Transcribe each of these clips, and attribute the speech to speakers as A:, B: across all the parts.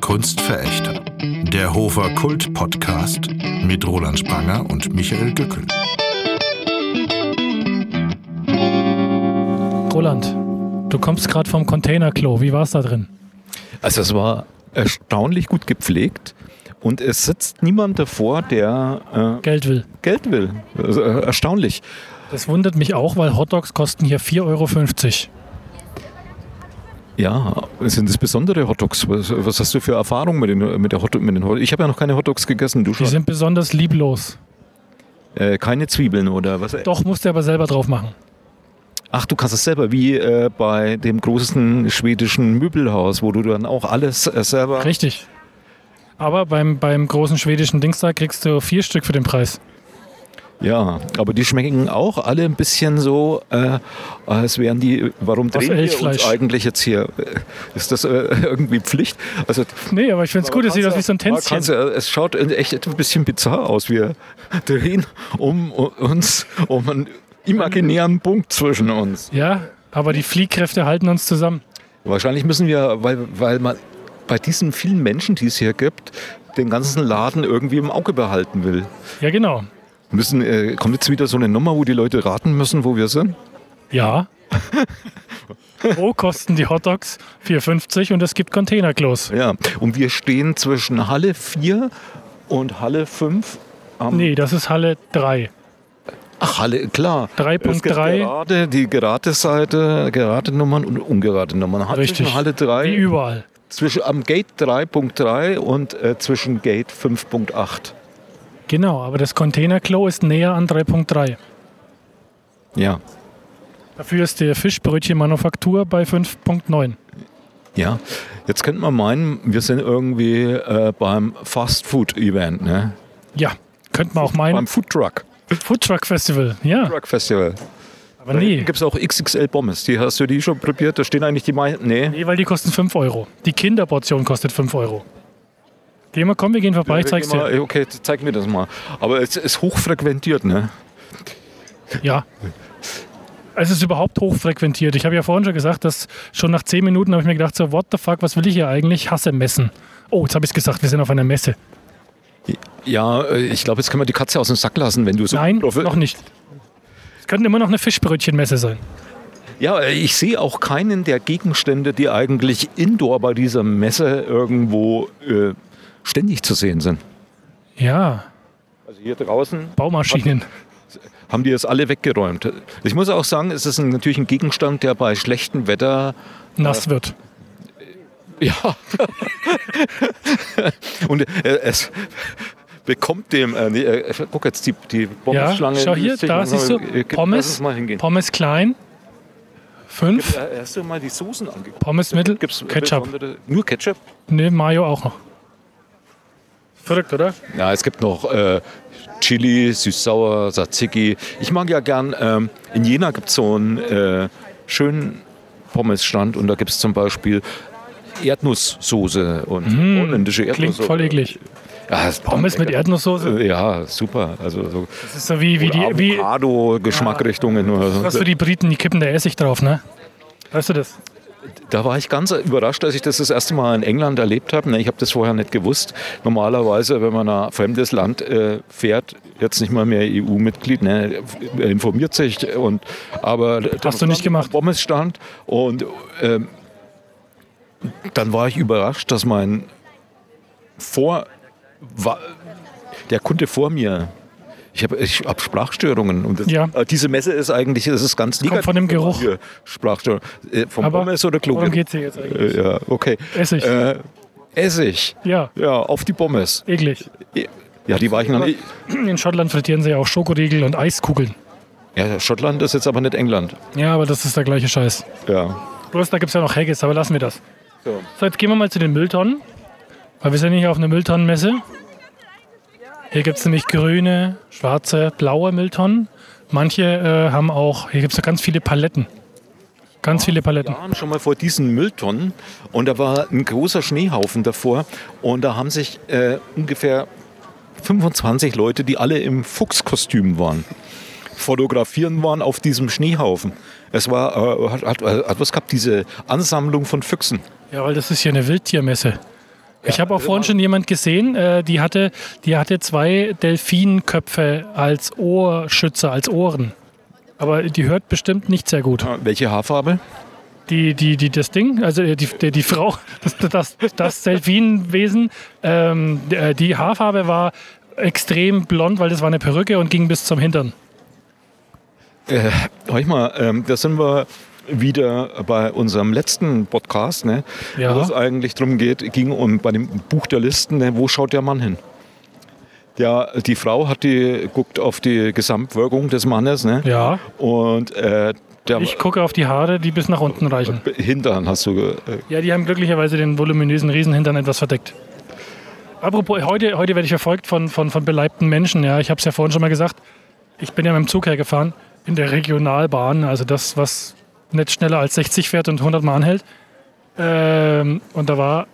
A: Kunstverächter. Der Hofer Kult Podcast mit Roland Spranger und Michael Gückel.
B: Roland, du kommst gerade vom Containerklo. Wie war es da drin?
C: Also es war erstaunlich gut gepflegt und es sitzt niemand davor, der äh,
B: Geld will.
C: Geld will. Also, äh, erstaunlich.
B: Das wundert mich auch, weil Hotdogs kosten hier 4,50 Euro.
C: Ja, sind das besondere Hotdogs? Was, was hast du für Erfahrungen mit den, mit der Hot, mit den Hot Ich habe ja noch keine Hotdogs gegessen. Du
B: Die
C: schon?
B: sind besonders lieblos.
C: äh, keine Zwiebeln oder was?
B: Doch, musst du aber selber drauf machen.
C: Ach, du kannst es selber, wie äh, bei dem großen schwedischen Möbelhaus, wo du dann auch alles äh, selber.
B: Richtig. Aber beim, beim großen schwedischen Dings da kriegst du vier Stück für den Preis.
C: Ja, aber die schmecken auch alle ein bisschen so, äh, als wären die. Warum
B: Aus
C: drehen wir uns
B: Elchfleisch.
C: eigentlich jetzt hier? Ist das äh, irgendwie Pflicht? Also
B: Nee, aber ich finde es gut, es sieht aus wie so ein
C: Man kann's
B: Tänzchen.
C: ja- Es schaut echt ein bisschen bizarr aus. Wir drehen um uns um einen imaginären Punkt zwischen uns.
B: Ja, aber die Fliehkräfte halten uns zusammen.
C: Wahrscheinlich müssen wir, weil, weil man bei diesen vielen Menschen, die es hier gibt, den ganzen Laden irgendwie im Auge behalten will.
B: Ja, genau.
C: Müssen, äh, kommt jetzt wieder so eine Nummer, wo die Leute raten müssen, wo wir sind?
B: Ja. Pro kosten die Hotdogs 4,50 und es gibt Containerklos.
C: Ja. Und wir stehen zwischen Halle 4 und Halle 5 am
B: Nee, das ist Halle 3.
C: Ach, alle, klar.
B: 3.3.
C: Es gibt Gerade die gerate Seite, gerate Nummern und ungerate Nummern. Hat
B: Richtig.
C: Zwischen Halle 3,
B: Wie überall.
C: zwischen, am Gate 3.3 und äh, zwischen Gate 5.8.
B: Genau, aber das Containerklo ist näher an 3.3.
C: Ja,
B: Dafür ist der Fischbrötchenmanufaktur bei 5.9.
C: ja. Jetzt könnte man meinen, wir sind irgendwie äh, beim Fast Food Event, ne?
B: Ja, könnte man auch meinen.
C: Beim Food Truck,
B: Food Truck Festival, ja.
C: Truck Festival.
B: Aber nee.
C: Gibt es auch XXL Pommes? Die hast du die schon probiert? Da stehen eigentlich die meisten. Nee.
B: Nee, weil die kosten 5 Euro. Die Kinderportion kostet 5 Euro. Geh mal, komm, wir gehen vorbei, ich zeig's dir.
C: Mal- Okay, zeig mir das mal. Aber es ist hochfrequentiert, ne?
B: Ja. Es ist überhaupt hochfrequentiert. Ich habe ja vorhin schon gesagt, dass schon nach 10 Minuten habe ich mir gedacht, so, what the fuck, was will ich hier eigentlich? Ich Hasse Messen. Oh, jetzt habe ich es gesagt, wir sind auf einer Messe.
C: Ja, äh, ich glaube, jetzt können wir die Katze aus dem Sack lassen, wenn du so.
B: Nein,
C: Profi-
B: noch nicht. Es könnte immer noch eine Fischbrötchenmesse sein.
C: Ja, äh, ich sehe auch keinen der Gegenstände, die eigentlich indoor bei dieser Messe irgendwo äh, ständig zu sehen sind.
B: Ja,
C: Also hier draußen
B: Baumaschinen.
C: haben die das alle weggeräumt. Ich muss auch sagen, es ist ein, natürlich ein Gegenstand, der bei schlechtem Wetter. Äh,
B: Nass wird.
C: Ja. Und äh, es bekommt dem. Äh, nee, äh, guck jetzt die, die
B: Ja,
C: Pommesschlange.
B: schau hier,
C: löst sich
B: da
C: langsam.
B: siehst du
C: Äh, gib- lass uns
B: Pommes,
C: mal hingehen.
B: Pommes klein, 5,
C: Äh, Hast du mal die Soßen angeguckt?
B: Pommes mittel,
C: Gibt's
B: Ketchup.
C: besondere- Nur Ketchup?
B: Ne, Mayo auch noch. Verrückt, oder?
C: Ja, es gibt noch äh, Chili, süß-sauer, Tzatziki. Ich mag ja gern, ähm, in Jena gibt es so einen äh, schönen Pommesstand und da gibt es zum Beispiel Erdnusssoße und holländische
B: Mhm. Klingt
C: Erdnusssoße.
B: voll eklig.
C: Ja, das
B: Pommes mit Erdnusssoße?
C: Äh, Ja, super. Also so
B: Das ist so wie, wie die, wie,
C: Avocado-Geschmackrichtungen. oder
B: was
C: so.
B: für die Briten, die kippen da Essig drauf, ne? Weißt du das?
C: Da war ich ganz überrascht, als ich das das erste Mal in England erlebt habe. Ne, Ich habe das vorher nicht gewusst. Normalerweise, wenn man in ein fremdes Land äh, fährt, jetzt nicht mal mehr EU-Mitglied, ne, informiert sich. Und, aber
B: Hast du nicht gemacht.
C: Pommes stand und ähm, dann war ich überrascht, dass mein vor wa- der Kunde vor mir ich habe ich hab Sprachstörungen und das,
B: Ja.
C: äh, diese Messe ist eigentlich das ist ganz
B: kommt von dem Geruch.
C: Sprachstörung. Äh, vom
B: Aber
C: Pommes oder
B: worum
C: Klopapier?
B: geht's hier jetzt eigentlich?
C: Äh, ja, okay.
B: Essig.
C: Äh, Essig.
B: Ja,
C: Ja, auf die Pommes.
B: eklig.
C: Ja, die weichen dann.
B: In Schottland frittieren sie ja auch Schokoriegel und Eiskugeln.
C: Ja, Schottland ist jetzt aber nicht England.
B: Ja, aber das ist der gleiche Scheiß.
C: Ja.
B: Bloß da gibt's ja noch Haggis, aber lassen wir das.
C: So.
B: So, jetzt gehen wir mal zu den Mülltonnen. Weil wir sind hier auf einer Mülltonnenmesse. Hier gibt es nämlich grüne, schwarze, blaue Mülltonnen. Manche äh, haben auch, hier gibt es ganz viele Paletten. Ganz viele Paletten.
C: Wir waren schon mal vor diesen Mülltonnen und da war ein großer Schneehaufen davor und da haben sich äh, ungefähr 25 Leute, die alle im Fuchskostüm waren, fotografieren waren auf diesem Schneehaufen. Es war, äh, hat, hat, hat was gehabt, diese Ansammlung von Füchsen.
B: Ja, weil das ist hier eine Wildtiermesse. ich habe auch vorhin schon jemand gesehen, äh, die, hatte, die hatte zwei Delfinköpfe als Ohrschützer, als Ohren. Aber die hört bestimmt nicht sehr gut.
C: Äh, Welche Haarfarbe?
B: Die, die, die, das Ding, also äh, die, die, die Frau, das, das, das Delfinwesen, ähm, äh, die Haarfarbe war extrem blond, weil das war eine Perücke und ging bis zum Hintern.
C: Äh, hör ich mal, ähm, da sind wir wieder bei unserem letzten Podcast, ne,
B: Ja.
C: wo es eigentlich darum geht, ging um bei dem Buch der Listen, ne, wo schaut der Mann hin? Ja, die Frau hat die, guckt auf die Gesamtwirkung des Mannes, ne?
B: Ja.
C: Und äh, der
B: Ich gucke auf die Haare, die bis nach unten reichen.
C: Hintern hast du ge- äh,
B: Ja, die haben glücklicherweise den voluminösen Riesenhintern etwas verdeckt. Apropos, heute, heute werde ich verfolgt von, von, von beleibten Menschen. Ja, ich habe es ja vorhin schon mal gesagt. Ich bin ja mit dem Zug hergefahren in der Regionalbahn, also das, was nicht schneller als 60 fährt und 100 Mal anhält. Ähm, und da war,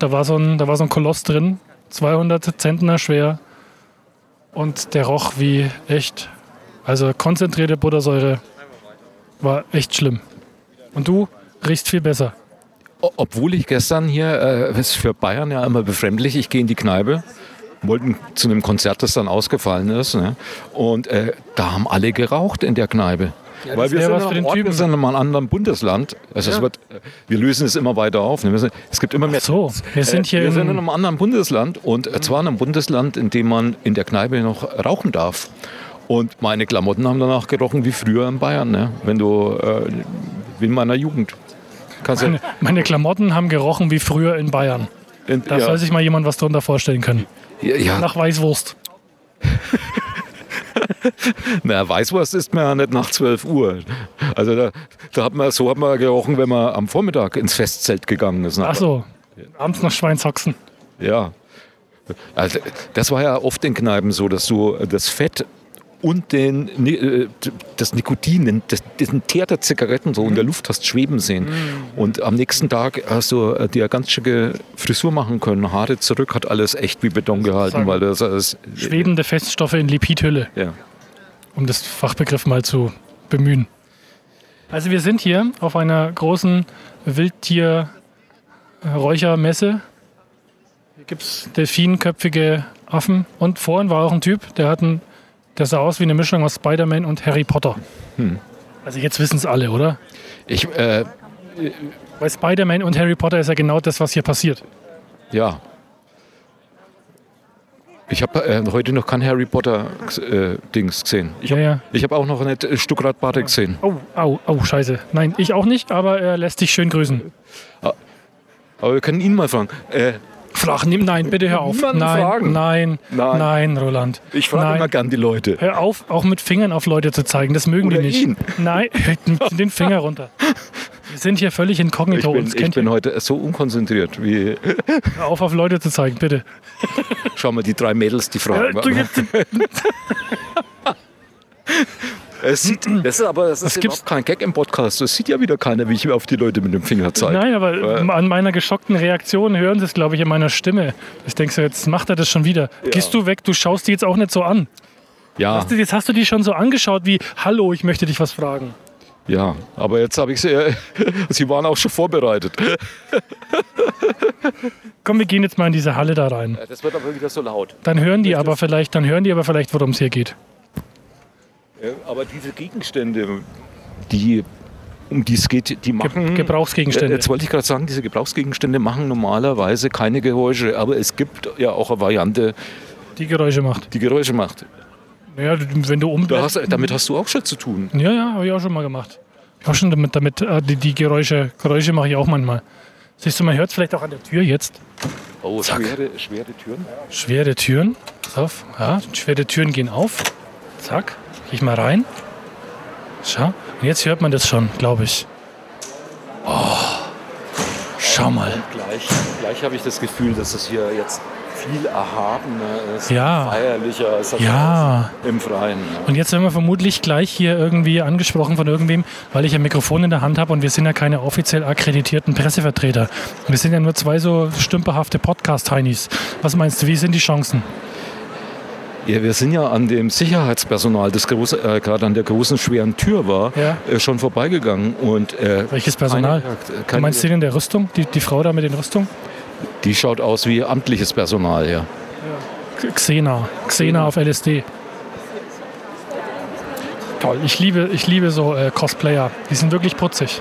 B: da, war so ein, da war so ein Koloss drin, 200 Zentner schwer. Und der roch wie echt, also konzentrierte Buttersäure. War echt schlimm. Und du riechst viel besser.
C: O- Obwohl ich gestern hier, äh, ist für Bayern ja immer befremdlich, ich gehe in die Kneipe, wollten zu einem Konzert, das dann ausgefallen ist. Ne? Und äh, da haben alle geraucht in der Kneipe. Weil wir
B: wär
C: sind,
B: was für
C: ja am
B: den
C: Ort, wir
B: Typen.
C: sind in einem anderen Bundesland. Also es wird, äh, wir lösen es immer weiter auf. Ne? Wir sind, es gibt immer mehr. Äh,
B: So, wir sind hier
C: wir sind in
B: in,
C: einem anderen Bundesland und äh, zwar in einem Bundesland, in dem man in der Kneipe noch rauchen darf. Und meine Klamotten haben danach gerochen wie früher in Bayern, ne? wenn du äh, wie in meiner Jugend. Kannst du-
B: meine Klamotten haben gerochen wie früher in Bayern.
C: in,
B: Da soll sich mal jemand was drunter vorstellen können.
C: Ja, ja.
B: Nach Weißwurst.
C: Na, Weißwurst isst man ja nicht nach 12 Uhr. Also da, da hat man, so hat man gerochen, wenn man am Vormittag ins Festzelt gegangen ist. ne?
B: Ach so, abends nach Schweinshaxen.
C: Ja. Also, das war ja oft in Kneipen so, dass du das Fett und den, Ni- äh, das Nikotin, den, das, diesen Teer der Zigaretten so in
B: Mhm.
C: der Luft hast schweben sehen. Und am nächsten Tag hast du äh, dir ganz schicke Frisur machen können, Haare zurück, hat alles echt wie Beton gehalten,
B: Sagen.
C: weil das alles...
B: Schwebende Feststoffe in Lipidhülle,
C: Ja.
B: um das Fachbegriff mal zu bemühen. Also wir sind hier auf einer großen Wildtier-Räuchermesse. Hier gibt es delfinköpfige Affen. Und vorhin war auch ein Typ, der, hat ein, der sah aus wie eine Mischung aus Spider-Man und Harry Potter.
C: Hm.
B: Also jetzt wissen es alle, oder?
C: Ich, äh,
B: Bei Spider-Man und Harry Potter ist ja genau das, was hier passiert.
C: Ja. Ich habe äh, heute noch kein Harry Potter äh, Dings gesehen.
B: Ja, ja.
C: Ich habe auch noch nicht äh, Stuckrad Bartek gesehen.
B: Oh, au, au, scheiße. Nein, ich auch nicht, aber er lässt dich schön grüßen.
C: Aber wir können ihn mal fragen. Äh,
B: Frag nimm, nein, bitte hör auf.
C: Niemanden
B: nein,
C: fragen.
B: nein, nein,
C: Nein.
B: nein, Roland.
C: ich frage
B: nein.
C: immer gern die Leute.
B: Hör auf, auch mit Fingern auf Leute zu zeigen. Das mögen
C: Oder
B: die nicht.
C: ihn.
B: Nein, den Finger runter. Wir sind hier völlig
C: Ich
B: inkognito.
C: bin,
B: Uns
C: ich
B: kennt
C: bin heute so unkonzentriert wie.
B: ihr. Hör auf, auf Leute zu zeigen, bitte.
C: Schau mal, die drei Mädels, die fragen.
B: Äh,
C: es sieht, das ist aber das ist
B: gibt's-
C: überhaupt kein Gag im Podcast. Das sieht ja wieder keiner, wie ich auf die Leute mit dem Finger zeige.
B: Nein, aber
C: Äh.
B: an meiner geschockten Reaktion hören sie es, glaube ich, in meiner Stimme. Ich denke so, jetzt macht er das schon wieder. Gehst du weg, du schaust die jetzt auch nicht so an.
C: Ja,
B: Hast du, jetzt hast du die schon so angeschaut wie, hallo, ich möchte dich was fragen.
C: ja. Aber jetzt habe ich sie. Äh, sie waren auch schon vorbereitet.
B: Komm, wir gehen jetzt mal in diese Halle da rein.
C: Das wird aber wieder so laut.
B: Dann hören die aber vielleicht, dann hören die aber vielleicht, worum es hier geht.
C: Ja, Äh, aber diese Gegenstände, die, um die es geht, die machen. Äh,
B: Gebrauchsgegenstände.
C: hm. Jetzt wollte ich gerade sagen, diese Gebrauchsgegenstände machen normalerweise keine Geräusche, aber es gibt ja auch eine Variante,
B: Die Geräusche macht.
C: die Geräusche macht.
B: Ja, wenn du
C: Da
B: umblätterst.
C: hast, damit hast du auch schon zu tun.
B: Ja, ja, habe ich auch schon mal gemacht. Ich auch schon damit, damit äh, die, die Geräusche, Geräusche mache ich auch manchmal. Siehst du, man hört es vielleicht auch an der Tür jetzt.
C: Oh, schwere, schwere Türen.
B: Schwere Türen. Pass auf. Ja, schwere Türen gehen auf. Zack. Geh ich mal rein. Schau. Und jetzt hört man das schon, glaube ich. Oh. Schau mal.
C: Gleich, gleich habe ich das Gefühl, dass es hier jetzt viel erhabener ist,
B: Ja.
C: feierlicher ist als
B: Ja.
C: draußen im Freien. ja.
B: Und jetzt werden wir vermutlich gleich hier irgendwie angesprochen von irgendwem, weil ich ein Mikrofon in der Hand habe und wir sind ja keine offiziell akkreditierten Pressevertreter. Wir sind ja nur zwei so stümperhafte Podcast-Heinis. Was meinst du, wie sind die Chancen?
C: Ja, wir sind ja an dem Sicherheitspersonal, das große, äh, gerade an der großen schweren Tür war,
B: Ja.
C: äh, schon vorbeigegangen. Und, äh,
B: Welches Personal?
C: Keine, äh,
B: Du
C: keine,
B: meinst den in der Rüstung? Die, die Frau da mit den Rüstung?
C: Die schaut aus wie amtliches Personal, ja.
B: Xena. Xena auf LSD. Toll. Ich liebe, ich liebe so äh, Cosplayer. Die sind wirklich putzig.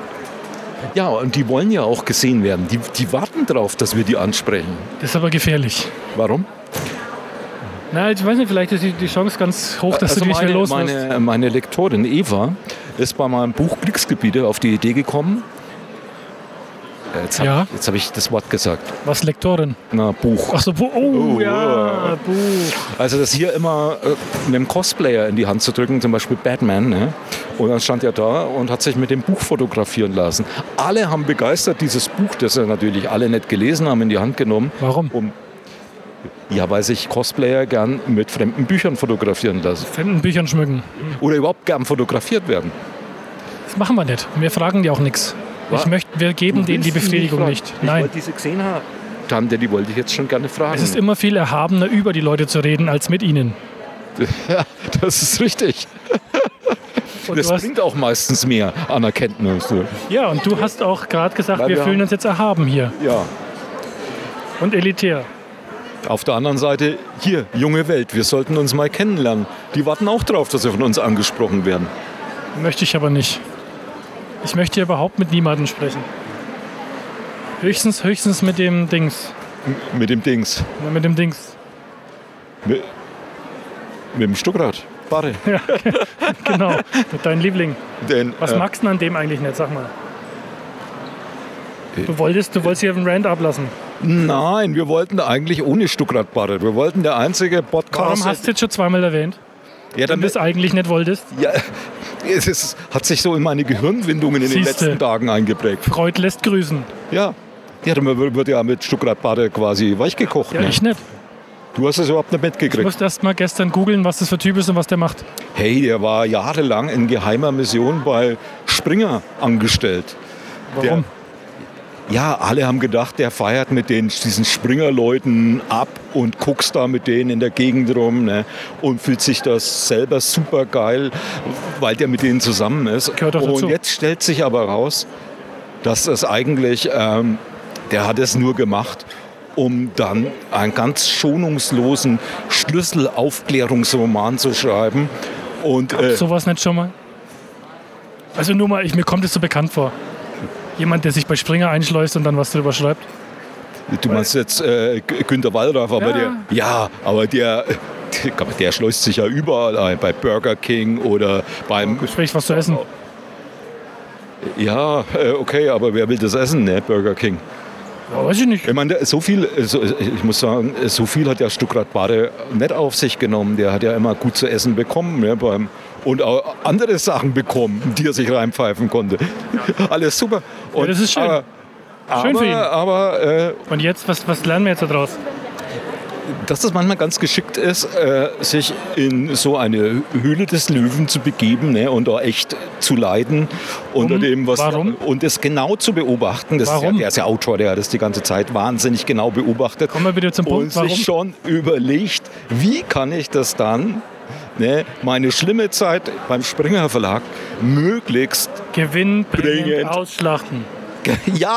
C: Ja, und die wollen ja auch gesehen werden. Die, die warten darauf, dass wir die ansprechen.
B: Das ist aber gefährlich.
C: Warum?
B: Na, ich weiß nicht, vielleicht ist die, die Chance ganz hoch, dass du die schnell
C: Also meine,
B: los musst.
C: meine, meine Lektorin Eva ist bei meinem Buch Glücksgebiete auf die Idee gekommen. Äh, Jetzt habe
B: Ja.
C: jetzt hab ich das Wort gesagt.
B: Was Lektorin?
C: Na, Buch.
B: Ach so, Buch. Oh,
C: Oh,
B: ja, Buch.
C: Also das hier immer äh, einem Cosplayer in die Hand zu drücken, zum Beispiel Batman. Ne? Und dann stand er da und hat sich mit dem Buch fotografieren lassen. Alle haben begeistert dieses Buch, das sie natürlich alle nicht gelesen haben, in die Hand genommen.
B: Warum?
C: Um, ja, weil sich Cosplayer gern mit fremden Büchern fotografieren lassen.
B: Fremden Büchern schmücken.
C: Oder überhaupt gern fotografiert werden.
B: Das machen wir nicht. Wir fragen die auch nichts. Ich
C: Was?
B: möchte, wir geben denen die Befriedigung nicht.
C: Ich
B: Nein.
C: wollte diese Xena. Tante, die wollte ich jetzt schon gerne fragen.
B: Es ist immer viel erhabener, über die Leute zu reden, als mit ihnen.
C: das ist richtig.
B: Und
C: Das
B: du hast,
C: bringt auch meistens mehr an Erkenntnis.
B: ja, und du hast auch gerade gesagt,
C: Weil
B: wir
C: wir
B: fühlen
C: haben-
B: uns jetzt erhaben hier
C: Ja.
B: und elitär.
C: Auf der anderen Seite, hier, junge Welt, wir sollten uns mal kennenlernen. Die warten auch drauf, dass sie von uns angesprochen werden.
B: Möchte ich aber nicht. Ich möchte hier überhaupt mit niemandem sprechen. Höchstens, höchstens mit dem Dings.
C: Mit dem Dings.
B: Na, Mit dem Dings.
C: Mit, mit dem Stuckrad. Barre.
B: Genau. mit deinem Liebling.
C: Denn,
B: Was
C: äh,
B: magst du denn an dem eigentlich nicht? Sag mal. Du wolltest, du wolltest hier einen Rand ablassen.
C: Nein, wir wollten eigentlich ohne Stuckrad-Barre. Wir wollten der einzige Podcast.
B: Warum hast du jetzt schon zweimal erwähnt?
C: ja,
B: Wenn du es eigentlich nicht wolltest.
C: Ja, es ist, hat sich so in meine Gehirnwindungen in den
B: Siehste.
C: letzten Tagen eingeprägt.
B: Freud lässt grüßen.
C: Ja. Ja, dann wird wird ja mit Stuckrad-Bade quasi weichgekocht.
B: Ja,
C: ne?
B: ich nicht.
C: Du hast es überhaupt nicht
B: Ich
C: mitgekriegt.
B: musste erst mal gestern googeln, was das für Typ ist und was der macht.
C: Hey, der war jahrelang in geheimer Mission bei Springer angestellt.
B: Warum?
C: Der, ja, alle haben gedacht, der feiert mit den, diesen Springer-Leuten ab und guckst da mit denen in der Gegend rum ne? und fühlt sich das selber super geil, weil der mit denen zusammen ist.
B: Gehört doch
C: und
B: dazu.
C: jetzt stellt sich aber raus, dass das eigentlich, ähm, der hat es nur gemacht, um dann einen ganz schonungslosen Schlüsselaufklärungsroman zu schreiben. Und äh,
B: Sowas nicht schon mal? Also nur mal, ich, mir kommt es so bekannt vor. Jemand, der sich bei Springer einschleust und dann was drüber schreibt.
C: Du meinst jetzt äh, G- Günter Wallraff, aber
B: Ja.
C: der. Ja, aber der. Der schleust sich ja überall ein, bei Burger King oder beim.
B: Sprich, was zu essen.
C: Ja, äh, okay, aber wer will das essen, ne? Burger King.
B: Ja, weiß ich nicht.
C: Ich meine, so viel, so, ich muss sagen, so viel hat ja Stuckrad Bade nicht auf sich genommen. Der hat ja immer gut zu essen bekommen ja, beim, und auch andere Sachen bekommen, die er sich reinpfeifen konnte. Alles super. Und,
B: das ist schön.
C: Aber,
B: Schön für ihn.
C: aber, aber äh,
B: Und jetzt, was, was lernen wir jetzt daraus?
C: dass es manchmal ganz geschickt ist, äh, sich in so eine Höhle des Löwen zu begeben ne, und da echt zu leiden unter
B: Warum?
C: dem, was
B: Warum?
C: und es genau zu beobachten. Das Ist
B: Warum?
C: ja, der ist ja Autor, der hat das die ganze Zeit wahnsinnig genau beobachtet.
B: Kommen wir bitte zum
C: und
B: Punkt, warum?
C: sich schon überlegt, wie kann ich das dann, ne, meine schlimme Zeit beim Springer Verlag möglichst
B: Gewinn, bringen,
C: Bringend.
B: ausschlachten.
C: ja, ja.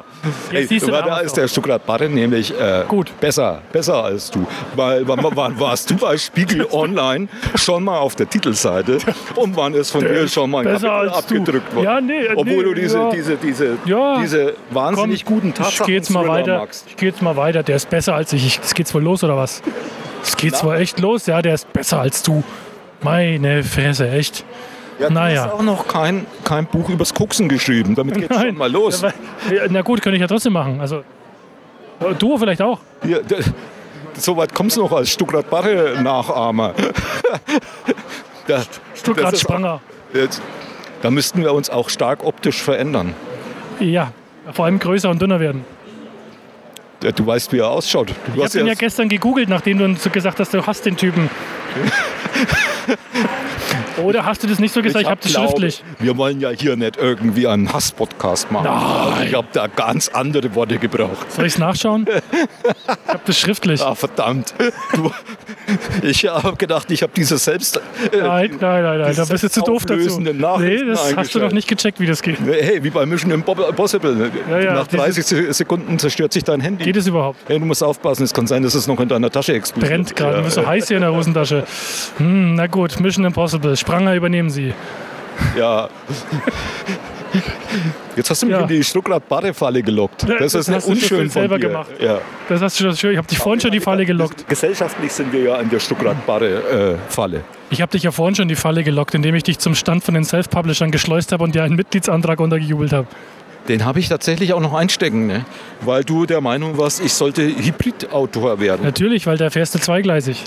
B: Ah. Jetzt siehst du
C: aber
B: den
C: da
B: Arm
C: ist
B: doch.
C: der Stuttgart Barre nämlich äh,
B: Gut.
C: besser, besser als du. Weil wann, wann warst du bei Spiegel Online schon mal auf der Titelseite und wann ist von dir schon mal ein
B: Äh, besser
C: Kapitel
B: als du.
C: abgedrückt worden?
B: Ja, nee, äh,
C: Obwohl
B: nee,
C: du diese,
B: ja.
C: diese, diese,
B: Ja.
C: diese wahnsinnig guten
B: ich geh
C: Tatsachen
B: jetzt mal
C: Thriller
B: weiter.
C: magst.
B: Ich geh jetzt mal weiter. Der ist besser als ich. ich. Es geht's wohl los oder was? Es geht's wohl echt los. Ja, der ist besser als du. Meine Fresse, echt.
C: Ja,
B: Naja.
C: Du hast auch noch kein, kein Buch übers Koksen geschrieben. Damit geht's schon mal los.
B: Aber- Ja, Na gut, könnte ich ja trotzdem machen. Also du vielleicht auch.
C: Ja, d- so weit kommst du noch als Stuttgart Barre Nachahmer. Da- das
B: Stuttgart
C: ist auch-
B: Spranger.
C: Jetzt, da müssten wir uns auch stark optisch verändern.
B: Ja, vor allem größer und dünner werden.
C: Ja, Du weißt, wie er ausschaut. Du
B: Ich habe ihn ja gestern gegoogelt, nachdem du uns so gesagt hast, du hast den Typen. Oder hast du das nicht so gesagt? Ich, habe das
C: glaube,
B: schriftlich.
C: Wir wollen ja hier nicht irgendwie einen Hass-Podcast machen.
B: Nein.
C: Ich habe da ganz andere Worte gebraucht.
B: Soll ich es nachschauen? Ich habe das schriftlich.
C: Ah, verdammt. Du, Ich habe gedacht, ich habe dieses selbst. Äh,
B: Nein, nein, nein, nein. Da
C: Diese
B: bist du zu doof dazu.
C: auflösenden
B: Nee,
C: Nachrichten
B: das hast du
C: eingeschaltet.
B: noch nicht gecheckt, wie das geht.
C: hey, wie bei Mission Impossible.
B: Ja, ja,
C: Nach 30 Sekunden zerstört sich dein Handy.
B: Geht es überhaupt?
C: Hey, du musst aufpassen, es kann sein, dass es noch in deiner Tasche explodiert.
B: Brennt gerade, du
C: Ja,
B: bist so heiß hier in der Hosentasche. Hm, na gut, Mission Impossible. Spranger übernehmen sie.
C: Ja. Jetzt hast du mich
B: Ja.
C: in die Stuttgart-Badefalle gelockt.
B: Ja,
C: Das,
B: das
C: ist eine
B: hast du
C: unschön
B: schön
C: von
B: selber
C: dir.
B: gemacht.
C: Ja.
B: Das hast du das schön. Ich habe dich vorhin schon die Falle gelockt.
C: Gesellschaftlich sind wir ja an der Stuttgart-Badefalle.
B: Ich habe dich ja vorhin schon in die Falle gelockt, indem ich dich zum Stand von den Self-Publishern geschleust habe und dir einen Mitgliedsantrag untergejubelt habe.
C: Den habe ich tatsächlich auch noch einstecken, ne? weil du der Meinung warst, ich sollte Hybridautor werden.
B: Natürlich, weil da fährst du zweigleisig.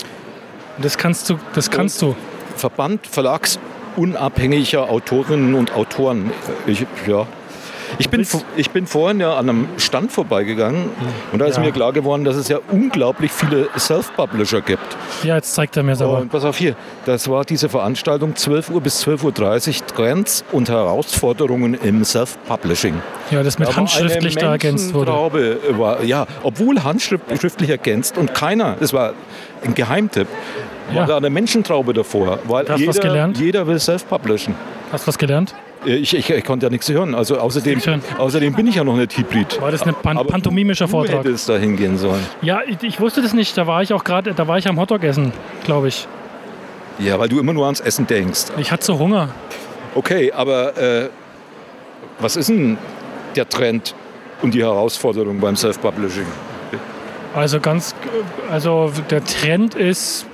B: Das kannst du, das kannst du.
C: Verband verlagsunabhängiger Autorinnen und Autoren. Ich, ja. ich, bin,
B: Willst-
C: vo- ich bin vorhin ja an einem Stand vorbeigegangen und da ist
B: Ja.
C: mir klar geworden, dass es ja unglaublich viele Self-Publisher gibt.
B: Ja, jetzt zeigt er mir es aber.
C: Und pass auf hier, das war diese Veranstaltung 12 Uhr bis 12.30 Uhr Trends und Herausforderungen im Self-Publishing.
B: Ja, das mit
C: Aber
B: handschriftlich
C: eine
B: da ergänzt wurde.
C: Menschentraube äh, War, ja, obwohl handschriftlich ergänzt und keiner, das war ein Geheimtipp,
B: Ja.
C: war da eine Menschentraube davor. Weil
B: Hast du was
C: jeder,
B: gelernt?
C: jeder will self-publishen.
B: Hast du was gelernt?
C: Ich, ich, ich konnte ja nichts hören. Also außerdem,
B: Nicht hören.
C: außerdem bin ich ja noch nicht Hybrid.
B: War das ein pan
C: Aber
B: pantomimischer
C: Du
B: Vortrag?
C: hättest da hingehen sollen.
B: Ja, ich, ich wusste das nicht. Da war ich auch gerade, da war ich am Hotdog essen, glaube ich.
C: Ja, weil du immer nur ans Essen denkst.
B: Ich hatte so Hunger.
C: Okay, aber äh, was ist denn der Trend und die Herausforderung beim Self-Publishing?
B: Also ganz, also der Trend ist,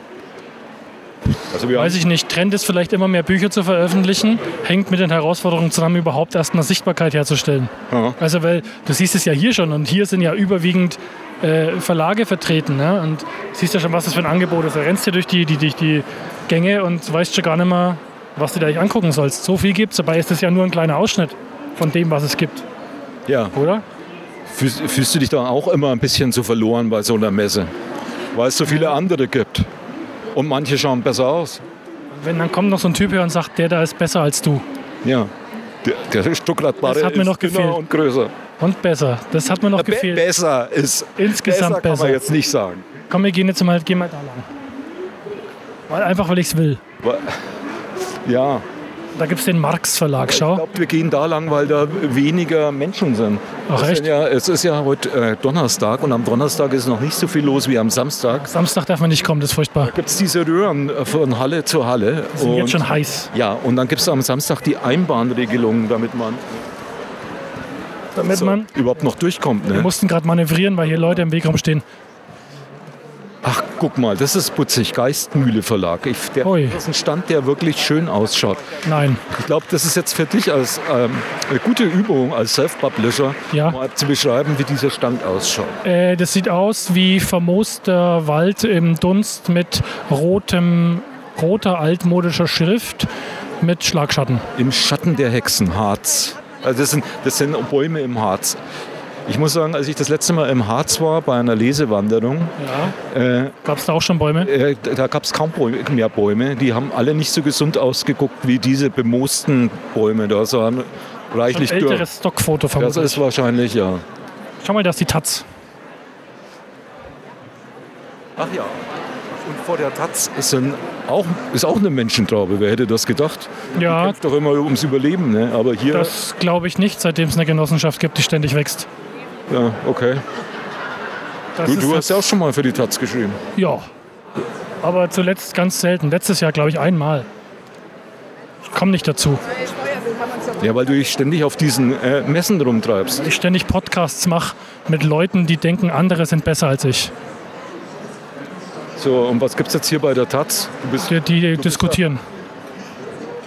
C: Also wir
B: weiß ich nicht, Trend ist vielleicht immer mehr Bücher zu veröffentlichen, hängt mit den Herausforderungen zusammen, überhaupt erst eine Sichtbarkeit herzustellen.
C: Ja.
B: Also weil du siehst es ja hier schon und hier sind ja überwiegend äh, Verlage vertreten ne? und siehst ja schon, was das für ein Angebot ist. Da rennst du durch die, die, durch die Gänge und weißt schon gar nicht mehr, was du dir eigentlich angucken sollst. So viel gibt's, dabei ist das ja nur ein kleiner Ausschnitt von dem, was es gibt,
C: ja.
B: oder?
C: Fühlst, fühlst du dich da auch immer ein bisschen so verloren bei so einer Messe? Weil es so viele andere gibt. Und manche schauen besser aus.
B: Wenn dann kommt noch so ein Typ her und sagt, der da ist besser als du
C: Ja. Der, der Stuttgart-Barre
B: Das hat mir
C: ist
B: noch
C: dünner
B: gefehlt.
C: und größer.
B: und besser. Das hat mir noch
C: Be
B: gefehlt.
C: besser ist.
B: Insgesamt
C: besser kann
B: besser.
C: man jetzt nicht sagen.
B: Komm, wir gehen jetzt mal, gehen mal da lang. Weil einfach, weil ich es will.
C: Aber- Ja,
B: Da gibt es den Marx Verlag,
C: ich
B: schau.
C: glaube, wir gehen da lang, weil da weniger Menschen sind.
B: Ach,
C: Es sind
B: echt?
C: Ja, es ist ja heute äh, Donnerstag und am Donnerstag ist noch nicht so viel los wie am Samstag.
B: Samstag darf man nicht kommen, das ist furchtbar.
C: Gibt es diese Röhren äh, von Halle zu Halle.
B: Die sind
C: Und-
B: jetzt schon heiß.
C: Ja, und dann gibt es am Samstag die Einbahnregelung, damit man,
B: Damit
C: so
B: man,
C: überhaupt noch durchkommt.
B: wir
C: Ne?
B: mussten gerade manövrieren, weil hier Leute im Weg rumstehen.
C: Ach, guck mal, das ist putzig. Geistmühle Verlag. Ich, der,
B: Ui.
C: das ist ein Stand, der wirklich schön ausschaut.
B: Nein,
C: Ich glaube, das ist jetzt für dich als ähm, eine gute Übung als Self-Publisher,
B: Ja.
C: mal zu beschreiben, wie dieser Stand ausschaut.
B: äh, das sieht aus wie vermooster Wald im Dunst mit rotem, roter altmodischer Schrift mit Schlagschatten.
C: Im Schatten der Hexen, Harz. Also das, sind, das sind Bäume im Harz. Ich muss sagen, als ich das letzte Mal im Harz war, bei einer Lesewanderung,
B: Ja.
C: äh,
B: Gab es da auch schon Bäume?
C: Äh, da gab es kaum Bäume, mehr Bäume. Die haben alle nicht so gesund ausgeguckt wie diese bemoosten Bäume da, sondern
B: Ein
C: reichlich dürr.
B: älteres Stockfoto
C: Das
B: vermutlich.
C: ist wahrscheinlich, ja.
B: Schau mal, da ist die Taz.
C: Ach ja. Und vor der Taz ist, ein, auch, ist auch eine Menschentraube. Wer hätte das gedacht?
B: Ja.
C: Die kämpft doch immer ums Überleben, ne? Aber hier,
B: Das glaube ich nicht, seitdem es eine Genossenschaft gibt, die ständig wächst.
C: ja, okay.
B: Das
C: Du,
B: ist
C: du
B: das-
C: hast ja auch schon mal für die Taz geschrieben.
B: Ja. Aber zuletzt ganz selten. Letztes Jahr, glaube ich, einmal. Ich komme nicht dazu.
C: Ja, weil du dich ständig auf diesen äh, Messen rumtreibst.
B: Ich ständig Podcasts mache mit Leuten, die denken, andere sind besser als ich.
C: So, und was gibt's jetzt hier bei der Taz? Du bist
B: Die, die diskutieren.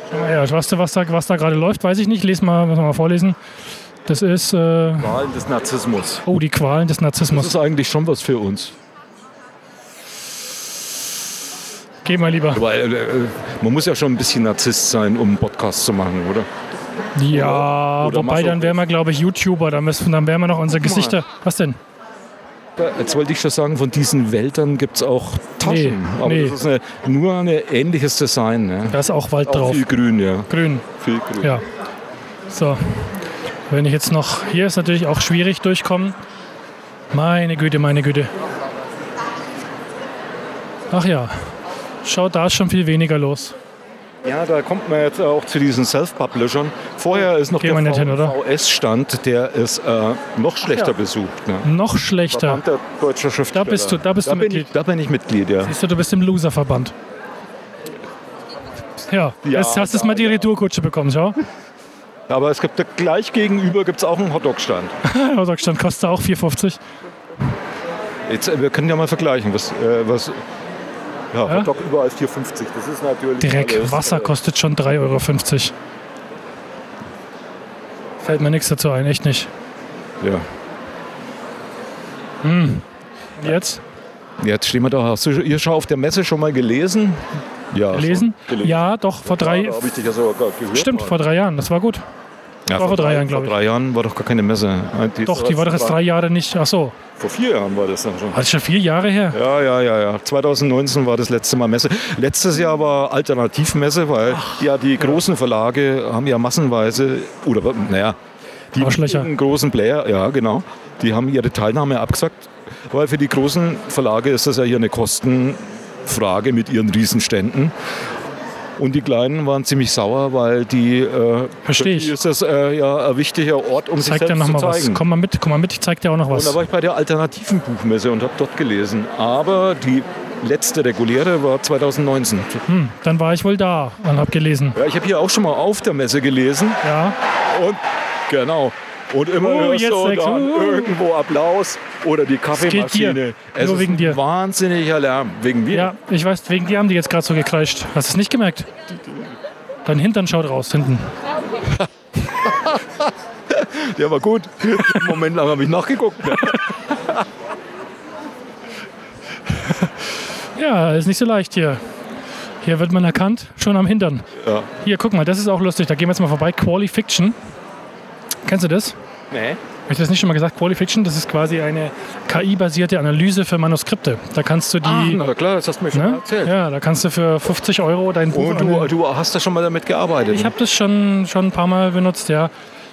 B: Schau mal her. Weißt du, was da, was da gerade läuft, weiß ich nicht. Lies mal, muss man mal vorlesen. Das ist, äh,
C: Wahlen des Narzissmus.
B: oh, die Qualen des
C: Das
B: Narzissmus.
C: ist eigentlich schon was für uns.
B: Geh mal lieber.
C: Aber äh, äh, man muss ja schon ein bisschen Narzisst sein, um einen Podcast zu machen, oder?
B: Ja, wobei,
C: oder
B: dann
C: Masochist.
B: wären wir, glaube ich, YouTuber. Dann, müssen, dann wären wir noch unsere
C: Guck mal.
B: Gesichter. Was denn?
C: Jetzt wollte ich schon sagen, von diesen Wäldern gibt es auch Taschen.
B: Nee,
C: aber
B: nee.
C: das ist eine, nur ein ähnliches Design. Ne?
B: Da ist auch Wald
C: Auch
B: drauf.
C: viel grün, ja.
B: Grün.
C: Viel grün.
B: Ja. So. Wenn ich jetzt noch. Hier ist natürlich auch schwierig durchkommen. Meine Güte, meine Güte. Ach ja, schaut, da ist schon viel weniger los.
C: Ja, da kommt man jetzt auch zu diesen Self-Publishern. Vorher ist noch
B: Gehen wir
C: der
B: nicht hin, oder?
C: VS-Stand, der ist äh, noch schlechter
B: ja.
C: besucht. Ne?
B: Noch schlechter.
C: Verband der deutscher Schriftsteller.
B: Da bist du- da bist du
C: bin
B: Mitglied.
C: Ich, da bin ich Mitglied, ja.
B: Siehst du, du bist im Loserverband. Ja,
C: Ja,
B: jetzt hast du
C: ja,
B: mal die
C: ja.
B: Retourkutsche bekommen, schau.
C: Aber es gibt da gleich gegenüber gibt's auch einen Hotdog-Stand.
B: Hotdog-Stand kostet auch 4,50.
C: Jetzt, äh, wir können ja mal vergleichen, was, äh, was ja,
B: Ja?
C: Hotdog überall 4,50. Das ist natürlich
B: Dreck,
C: alles,
B: Wasser
C: äh,
B: kostet schon 3,50 Euro. Fällt mir nichts dazu ein, echt nicht.
C: Ja.
B: Und jetzt?
C: Jetzt stehen wir da. Hast du ihr schon auf der Messe schon mal gelesen? Ja.
B: Gelesen?
C: gelesen.
B: Ja, doch, vor drei.
C: Ja, da hab ich dich ja sogar gehört.
B: Stimmt,
C: mal.
B: vor drei Jahren, das war gut.
C: ja,
B: vor drei Jahren, glaub ich.
C: Vor drei Jahren war doch gar keine Messe. Die
B: Doch, die war doch jetzt drei Jahre nicht. Ach so,
C: Vor vier Jahren war das dann schon.
B: das ist schon vier Jahre her.
C: Ja, ja, ja, ja. 2019 war das letzte Mal Messe. Letztes Jahr war Alternativmesse, weil ja die großen Verlage haben ja massenweise, oder naja, die
B: Arschlöcher.
C: großen Player, ja genau, die haben ihre Teilnahme abgesagt, weil für die großen Verlage ist das ja hier eine Kostenfrage mit ihren Riesenständen. Und die Kleinen waren ziemlich sauer, weil die äh,
B: Versteh ich.
C: für die ist das äh, ja ein wichtiger Ort, um sich
B: Zeig dir
C: selbst
B: noch
C: zu
B: mal was.
C: zeigen.
B: Komm mal mit, komm mal mit, ich zeig dir auch noch
C: Und da
B: was.
C: war ich bei der alternativen Buchmesse und habe dort gelesen. Aber die letzte reguläre war 2019.
B: Hm, dann war ich wohl da und hab gelesen.
C: Ja, ich habe hier auch schon mal auf der Messe gelesen
B: Ja,
C: und genau. Und immer
B: Oh,
C: hörst
B: jetzt
C: du
B: sechs.
C: dann
B: Uh.
C: irgendwo Applaus oder die Kaffeemaschine.
B: dir. Nur wegen
C: ein
B: dir.
C: wahnsinniger Lärm. Wegen mir.
B: ja, ich weiß, wegen dir haben die jetzt gerade so gekreischt. Hast du es nicht gemerkt? Dein Hintern schaut raus, hinten.
C: Der war gut. Einen Moment lang habe ich nachgeguckt.
B: Ja, ist nicht so leicht hier. Hier wird man erkannt, schon am Hintern.
C: Ja.
B: Hier, guck mal, das ist auch lustig. Da gehen wir jetzt mal vorbei. Qualifiction. Kennst du das?
C: Nee.
B: Habe ich das nicht schon mal gesagt? Qualifiction, das ist quasi eine KI-basierte Analyse für Manuskripte. Da kannst du
C: Ah,
B: die.
C: na klar, das hast du mir schon
B: ne?
C: erzählt.
B: Ja, da kannst du für 50 Euro dein Buch.
C: Und du,
B: an-
C: du hast da schon mal damit gearbeitet.
B: ich habe das schon, schon ein paar Mal benutzt, ja.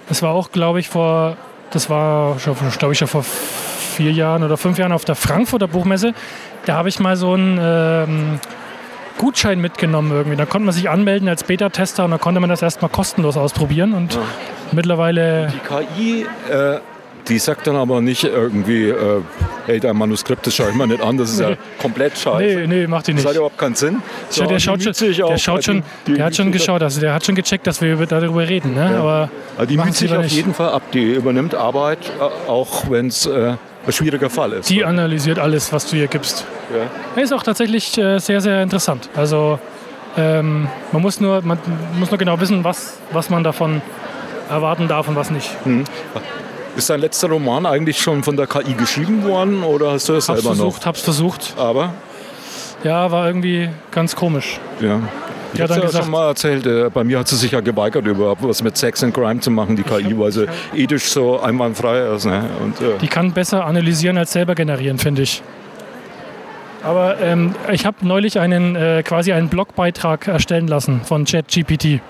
B: Das war auch, glaube ich, vor. Das war, schon- glaube ich, schon vor vier Jahren oder fünf Jahren auf der Frankfurter Buchmesse. Da habe ich mal so einen ähm, Gutschein mitgenommen irgendwie. Da konnte man sich anmelden als Beta-Tester und da konnte man das erstmal kostenlos ausprobieren. Und mittlerweile
C: Die KI, äh, die sagt dann aber nicht irgendwie, äh, hey, dein Manuskript, das schaue ich mir nicht an, das ist ja
B: Nee.
C: komplett scheiße.
B: Nee, nee, macht die
C: Das
B: nicht.
C: hat überhaupt keinen Sinn.
B: Schau, der
C: die
B: schaut schon,
C: müht sich
B: der
C: auf-
B: schaut schon,
C: die-
B: der hat
C: die
B: schon
C: müht sich-
B: geschaut, also der hat schon gecheckt, dass wir über, darüber reden, ne? Aber
C: Also die
B: machen
C: müht
B: sie
C: sich
B: lieber
C: auf
B: nicht.
C: jeden Fall ab. Die übernimmt Arbeit, äh, auch wenn es äh, ein schwieriger Fall ist.
B: Die analysiert alles, was du ihr gibst.
C: ja.
B: Er ist auch tatsächlich äh, sehr, sehr interessant. Also ähm, man muss nur, man muss nur genau wissen, was, was man davon erwarten darf und was nicht.
C: Hm, Ist dein letzter Roman eigentlich schon von der KI geschrieben worden oder hast du das
B: Hab's
C: selber noch?
B: versucht, hab's versucht.
C: Aber,
B: Ja, war irgendwie ganz komisch.
C: ja. Ich
B: Ja,
C: habe
B: dann
C: ja
B: gesagt.
C: schon mal erzählt, äh, bei mir hat sie sich ja geweigert, überhaupt was mit Sex and Crime zu machen, die KI, weil sie ethisch so einwandfrei ist. Ne? Und, äh,
B: Die kann besser analysieren als selber generieren, finde ich. Aber ähm, ich habe neulich einen äh, quasi einen Blogbeitrag erstellen lassen von ChatGPT.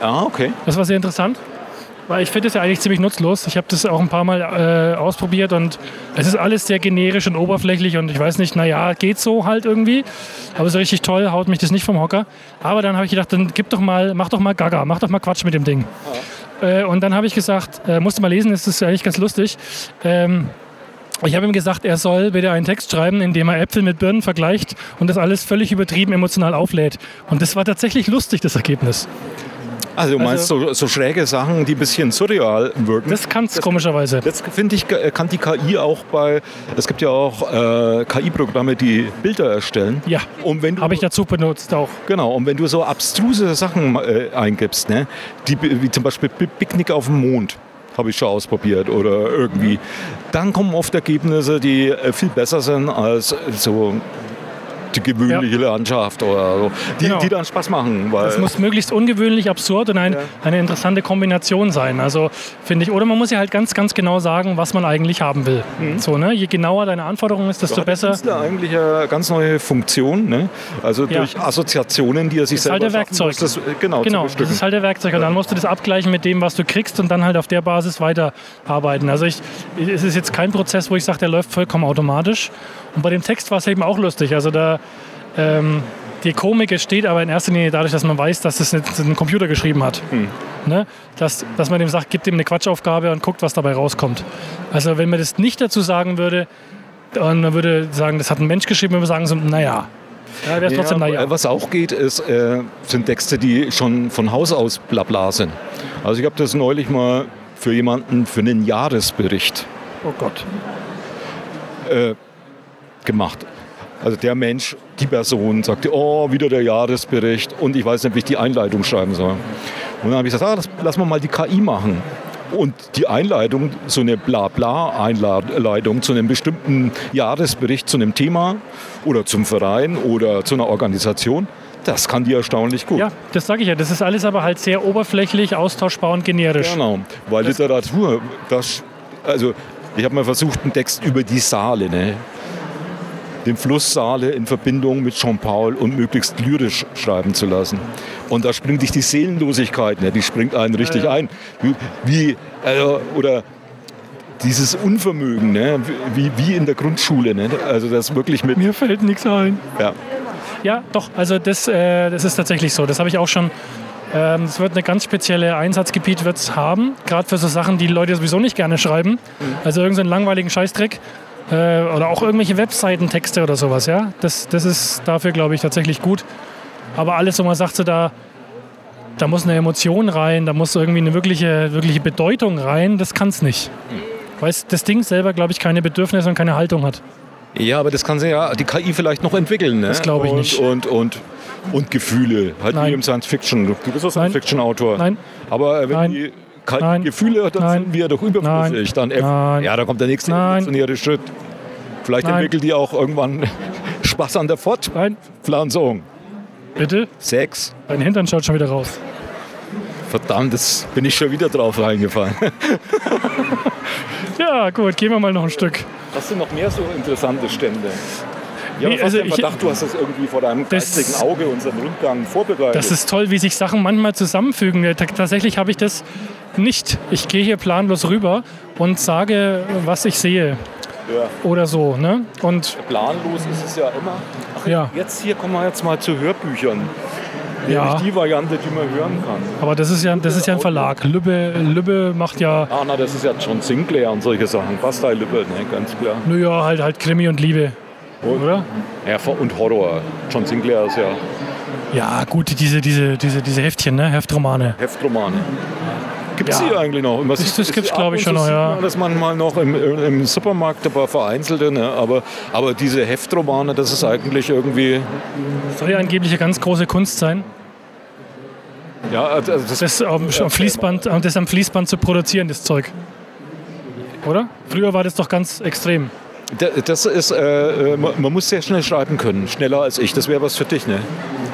C: ah, okay.
B: Das war sehr interessant, weil ich finde es ja eigentlich ziemlich nutzlos. Ich habe das auch ein paar Mal äh, ausprobiert und es ist alles sehr generisch und oberflächlich und ich weiß nicht, naja, geht so halt irgendwie. Aber so richtig toll haut mich das nicht vom Hocker. Aber dann habe ich gedacht, dann gib doch mal, mach doch mal Gaga, mach doch mal Quatsch mit dem Ding. Äh, und dann habe ich gesagt, äh, musste mal lesen, das ist eigentlich ganz lustig. Ähm, ich habe ihm gesagt, er soll bitte einen Text schreiben, in dem er Äpfel mit Birnen vergleicht und das alles völlig übertrieben emotional auflädt. Und das war tatsächlich lustig, das Ergebnis.
C: Also du meinst so, so schräge Sachen, die ein bisschen surreal wirken.
B: Das kann es komischerweise.
C: das finde ich, äh, kann die KI auch bei, es gibt ja auch äh, KI-Programme, die Bilder erstellen.
B: Ja.
C: Und wenn du,
B: Habe ich dazu benutzt auch.
C: genau, und wenn du so abstruse Sachen äh, eingibst, ne, die, wie zum Beispiel Pi- Picknick auf dem Mond, habe ich schon ausprobiert oder irgendwie, dann kommen oft Ergebnisse, die äh, viel besser sind als äh, so die gewöhnliche Landschaft oder so, die,
B: Genau.
C: die dann Spaß machen. Weil
B: Es muss möglichst ungewöhnlich, absurd und ein, eine interessante Kombination sein. Also finde ich. Oder man muss ja halt ganz, ganz genau sagen, was man eigentlich haben will. So, ne? Je genauer deine Anforderung ist, desto
C: hat der
B: besser.
C: Künstler eigentlich eine ganz neue Funktion, ne? also
B: Ja.
C: durch Assoziationen, die er sich
B: ist halt
C: selber
B: ein Werkzeug.
C: schaffen muss, das, äh, genau, zu
B: genau, das
C: bestücken.
B: ist halt der Werkzeug. Und dann musst du das abgleichen mit dem, was du kriegst und dann halt auf der Basis weiterarbeiten. Also ich, es ist jetzt kein Prozess, wo ich sage, der läuft vollkommen automatisch. Und bei dem Text war es eben auch lustig. Also da ähm, die Komik entsteht aber in erster Linie dadurch, dass man weiß, dass das ein- ein Computer geschrieben hat.
C: Hm.
B: Ne? Dass, dass man dem sagt, gibt ihm eine Quatschaufgabe und guckt, was dabei rauskommt. Also wenn man das nicht dazu sagen würde, und man würde sagen, das hat ein Mensch geschrieben, würde man sagen, so, naja. Ja, wäre es trotzdem naja.
C: äh, Was auch geht, ist, äh, sind Texte, die schon von Haus aus blabla sind. Also ich habe das neulich mal für jemanden, für einen Jahresbericht äh,
B: Oh Gott.
C: gemacht. Also der Mensch, die Person sagte, oh, wieder der Jahresbericht und ich weiß nicht, wie ich die Einleitung schreiben soll. Und dann habe ich gesagt, ah, das lassen wir mal die KI machen. Und die Einleitung, so eine Blabla-Einleitung zu einem bestimmten Jahresbericht, zu einem Thema oder zum Verein oder zu einer Organisation, das kann die erstaunlich gut.
B: Ja, das sage ich ja. Das ist alles aber halt sehr oberflächlich, austauschbar und generisch.
C: Genau, weil Literatur, das, also ich habe mal versucht, einen Text über die Saale, ne? den Fluss Saale in Verbindung mit Jean-Paul und möglichst lyrisch schreiben zu lassen. Und da springt dich die Seelenlosigkeit, ne? die springt einen richtig ein. Wie, wie also, oder dieses Unvermögen, ne? wie, wie in der Grundschule. Ne? Also das wirklich mit,
B: Mir fällt nichts ein.
C: ja,
B: Ja, doch. Also das, äh, das ist tatsächlich so. Das habe ich auch schon. ähm, Es wird eine ganz spezielle Einsatzgebiet wird's haben, gerade für so Sachen, die Leute sowieso nicht gerne schreiben. Also irgendeinen langweiligen Scheißdreck äh, oder auch irgendwelche Webseitentexte oder sowas. Ja, das, das ist dafür glaube ich tatsächlich gut. Aber alles, wo man sagt, so da, da muss eine Emotion rein, da muss irgendwie eine wirkliche, wirkliche Bedeutung rein, das kann's nicht. Weil es- das Ding selber, glaube ich, keine Bedürfnisse und keine Haltung hat.
C: Ja, aber das kann sie ja die KI vielleicht noch entwickeln. Ne?
B: Das glaub ich
C: und,
B: nicht.
C: Und, und, und Gefühle. Halt
B: Nein.
C: wie im Science-Fiction. Du bist doch Science-Fiction-Autor.
B: Nein.
C: Aber äh, wenn
B: Nein.
C: die KI
B: Nein.
C: Gefühle hat, dann
B: Nein.
C: sind wir doch überflüssig. Dann eff-
B: Nein.
C: Ja, da kommt der nächste
B: Nein.
C: evolutionäre Schritt. Vielleicht
B: Nein.
C: entwickelt die auch irgendwann Spaß an der
B: Nein,
C: Fortpflanzung.
B: bitte,
C: Sex.
B: dein Hintern schaut schon wieder raus.
C: Verdammt, das bin ich schon wieder drauf reingefallen.
B: Ja, gut, gehen wir mal noch ein Stück.
C: Hast du noch mehr so interessante Stände? Ja,
B: Nee,
C: ich
B: also
C: also ich
B: ich-
C: gedacht, du hast das irgendwie vor deinem
B: Das-
C: geistigen Auge unseren Rundgang vorbereitet.
B: Das ist toll, wie sich Sachen manchmal zusammenfügen. T tatsächlich habe ich das nicht. Ich gehe hier planlos rüber und sage, was ich sehe
C: ja.
B: oder so. Ne? Und
C: planlos ist es ja immer. Ach,
B: Ja.
C: Jetzt hier kommen wir jetzt mal zu Hörbüchern.
B: ja,
C: Nämlich die Variante, die man hören kann.
B: aber das ist ja, das ist ja ein Verlag. Lübbe, Lübbe macht ja,
C: Ah, na, das ist ja John Sinclair und solche Sachen. Bastei Lippe, ne, ganz klar.
B: nö, ja, halt, halt Krimi und Liebe, oder?
C: Ja, und Horror. John Sinclair ist ja
B: Ja, gut, diese, diese, diese, diese Heftchen, ne? Heftromane.
C: Heftromane. Gibt es
B: Ja.
C: die eigentlich noch? Und was
B: Das- das
C: ist-
B: gibt's,
C: ab
B: glaub ich,
C: und
B: schon
C: zu
B: noch,
C: sieht
B: ja.
C: man Das manchmal noch im, im Supermarkt, aber vereinzelte. Ne? Aber, aber diese Heftromane, das ist eigentlich irgendwie.
B: Soll ja angeblich eine ganz große Kunst sein,
C: Ja, also das,
B: das am, am Fließband, das am Fließband zu produzieren, das Zeug. Oder? Früher war das doch ganz extrem.
C: das, das ist. Äh, äh, man man muss sehr schnell schreiben können. Schneller als ich. Das wäre was für dich, ne?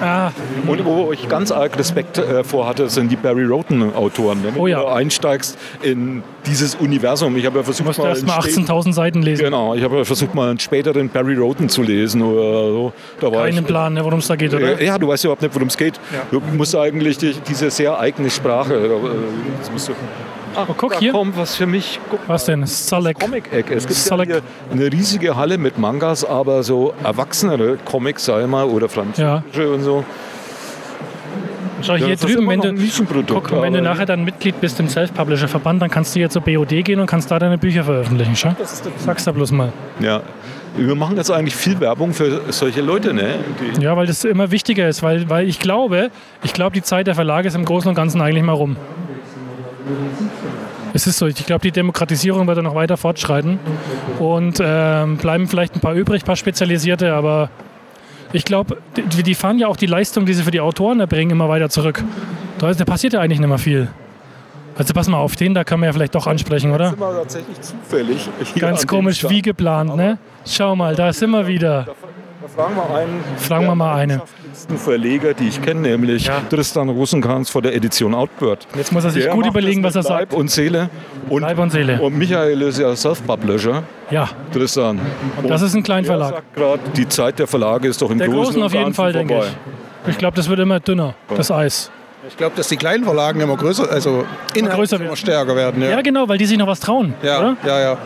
B: Ah,
C: Und wo ich ganz arg Respekt äh, vor hatte, sind die Barry Roten-Autoren. ne? Wenn
B: Oh ja.
C: du da einsteigst in dieses Universum. Ich habe ja versucht,
B: musst du erst mal
C: einen spä-
B: 18.000 Seiten lesen.
C: Genau, ich habe ja versucht, mal einen späteren Barry Roten zu lesen oder so. Da war
B: Keinen
C: ich,
B: Plan, ne, worum es da geht, oder?
C: Genau. ja, du weißt überhaupt nicht, worum es geht. Du musst eigentlich die, diese sehr eigene Sprache. äh, das musst du, ah,
B: Oh, guck
C: da
B: hier.
C: kommt was für mich. Guck,
B: Was denn? Salek.
C: Comic-Ecke. Es gibt ja
B: Salak.
C: hier eine riesige Halle mit Mangas, aber so erwachsenere Comics, sag ich mal, oder französische und so.
B: Schau hier
C: das ist
B: drüben,
C: immer
B: wenn
C: noch
B: du,
C: ein Nischenprodukt,
B: guck, und wenn du
C: aber-
B: nachher dann Mitglied bist im Self-Publisher-Verband, dann kannst du hier zur BOD gehen und kannst da deine Bücher veröffentlichen. Schau? Sag's da bloß mal.
C: Ja. Wir machen jetzt eigentlich viel Werbung für solche Leute, ne? Die,
B: Ja, weil das immer wichtiger ist, weil, weil ich glaube, ich glaube, die Zeit der Verlage ist im Großen und Ganzen eigentlich mal rum. Es ist so, ich glaube, die Demokratisierung wird da noch weiter fortschreiten und ähm, bleiben vielleicht ein paar übrig, ein paar spezialisierte, aber ich glaube, die, die fahren ja auch die Leistung, die sie für die Autoren erbringen, immer weiter zurück. Da, ist, da passiert ja eigentlich nicht mehr viel. Also pass mal auf, den da kann man ja vielleicht doch ansprechen, oder?
C: wir tatsächlich zufällig. hier
B: Ganz
C: an
B: komisch,
C: dem
B: wie
C: Stand.
B: geplant, ne? Schau mal, da sind wir wieder.
C: Da, da fragen wir einen.
B: Fragen
C: der
B: wir mal eine.
C: bekannteste Verleger, die ich kenne, nämlich
B: Ja.
C: Tristan Rosenkranz von der Edition Outbird.
B: Jetzt muss er sich
C: Der
B: gut
C: macht
B: überlegen,
C: das
B: was er
C: mit
B: sagt.
C: Leib und Seele. Und,
B: Leib und Seele.
C: Und Michael ist ja Self-Publisher,
B: Ja,
C: Tristan. Und
B: das ist ein
C: der
B: Kleinverlag.
C: sagt gerade, die Zeit der Verlage ist doch im
B: Der
C: Großen
B: Großen
C: und
B: auf jeden
C: Ganzen
B: Fall, denke
C: vorbei.
B: ich. Ich glaube, das wird immer dünner, das Eis.
D: Ich glaube, dass die kleinen Verlagen immer größer, also inhaltlich
B: größer
D: immer
B: werden.
D: stärker werden.
B: Ja,
D: Ja,
B: genau, weil die sich noch was trauen.
D: ja,
B: Oder?
D: ja. ja.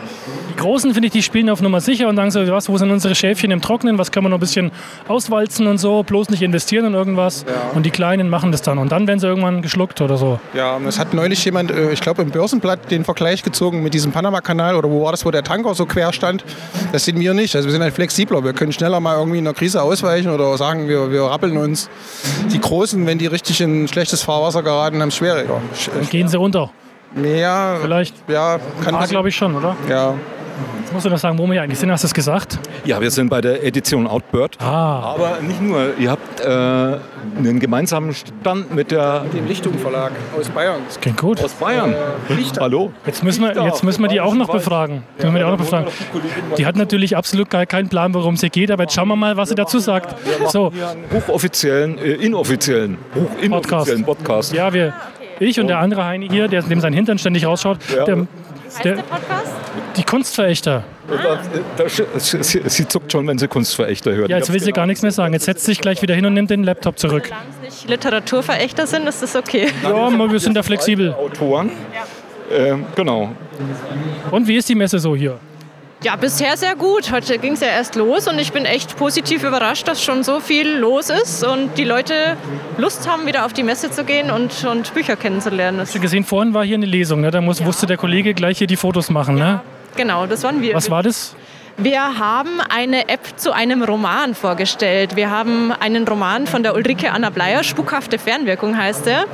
B: Die Großen, finde ich, die spielen auf Nummer sicher und sagen so, was, wo sind unsere Schäfchen im Trocknen, was kann man noch ein bisschen auswalzen und so, bloß nicht investieren in irgendwas. Und die Kleinen machen das dann. Und dann werden sie irgendwann geschluckt oder so.
D: Ja, und es hat neulich jemand, äh, ich glaube im Börsenblatt, den Vergleich gezogen mit diesem Panama-Kanal oder wo war das, wo der Tanker so quer stand. Das sind wir nicht. Also wir sind halt flexibler. Wir können schneller mal irgendwie in einer Krise ausweichen oder sagen, wir, wir rappeln uns. Die Großen, wenn die richtig in schlechtes Fahrwasser geraten, haben es schwieriger. Sch-
B: Dann gehen sie runter.
D: Ja,
B: Vielleicht.
D: ja, kann
B: Ah, glaube ich schon, oder?
D: ich. Ja.
B: Jetzt musst du noch sagen, wo wir eigentlich sind. Hast du es gesagt?
C: Ja, wir sind bei der Edition Outbird.
B: Ah,
C: Aber nicht nur, ihr habt äh, einen gemeinsamen Stand mit der
D: Dem Lichtung Verlag aus Bayern.
B: klingt gut.
C: aus Bayern. Hallo?
B: Jetzt müssen wir,
C: Lichter.
B: jetzt müssen wir die auch noch befragen. Die, müssen wir die, auch noch befragen. die hat natürlich absolut gar keinen Plan, worum es hier geht, aber jetzt schauen wir mal, was sie dazu sagt. So,
C: Hochoffiziellen, äh, inoffiziellen, hochinoffiziellen Podcast.
B: ja, wir, ich und der andere Heini hier, der dem sein Hintern ständig rausschaut,
C: Ja.
B: der,
E: Heißt
B: der-
E: der Podcast?
B: die Kunstverächter.
C: Da, äh, da, sie, sie zuckt schon, wenn sie Kunstverächter hört.
B: Ja, jetzt will sie gar nichts mehr sagen. Jetzt setzt sie sich gleich wieder hin und nimmt den Laptop zurück.
E: Solange es nicht Literaturverächter sind, ist das okay.
B: Ja, aber wir sind da flexibel.
C: Genau. Autoren. Ähm, genau.
B: Und wie ist die Messe so hier?
E: Ja, bisher sehr gut. Heute ging es ja erst los und ich bin echt positiv überrascht, dass schon so viel los ist und die Leute Lust haben, wieder auf die Messe zu gehen und, und Bücher kennenzulernen. Das,
B: Hast du gesehen, vorhin war hier eine Lesung, ne? da muss, musste der Kollege gleich hier die Fotos machen. Ne?
E: genau, das waren wir.
B: Was war das?
E: Wir haben eine App zu einem Roman vorgestellt. Wir haben einen Roman von der Ulrike Anna Bleier, Spukhafte Fernwirkung heißt er.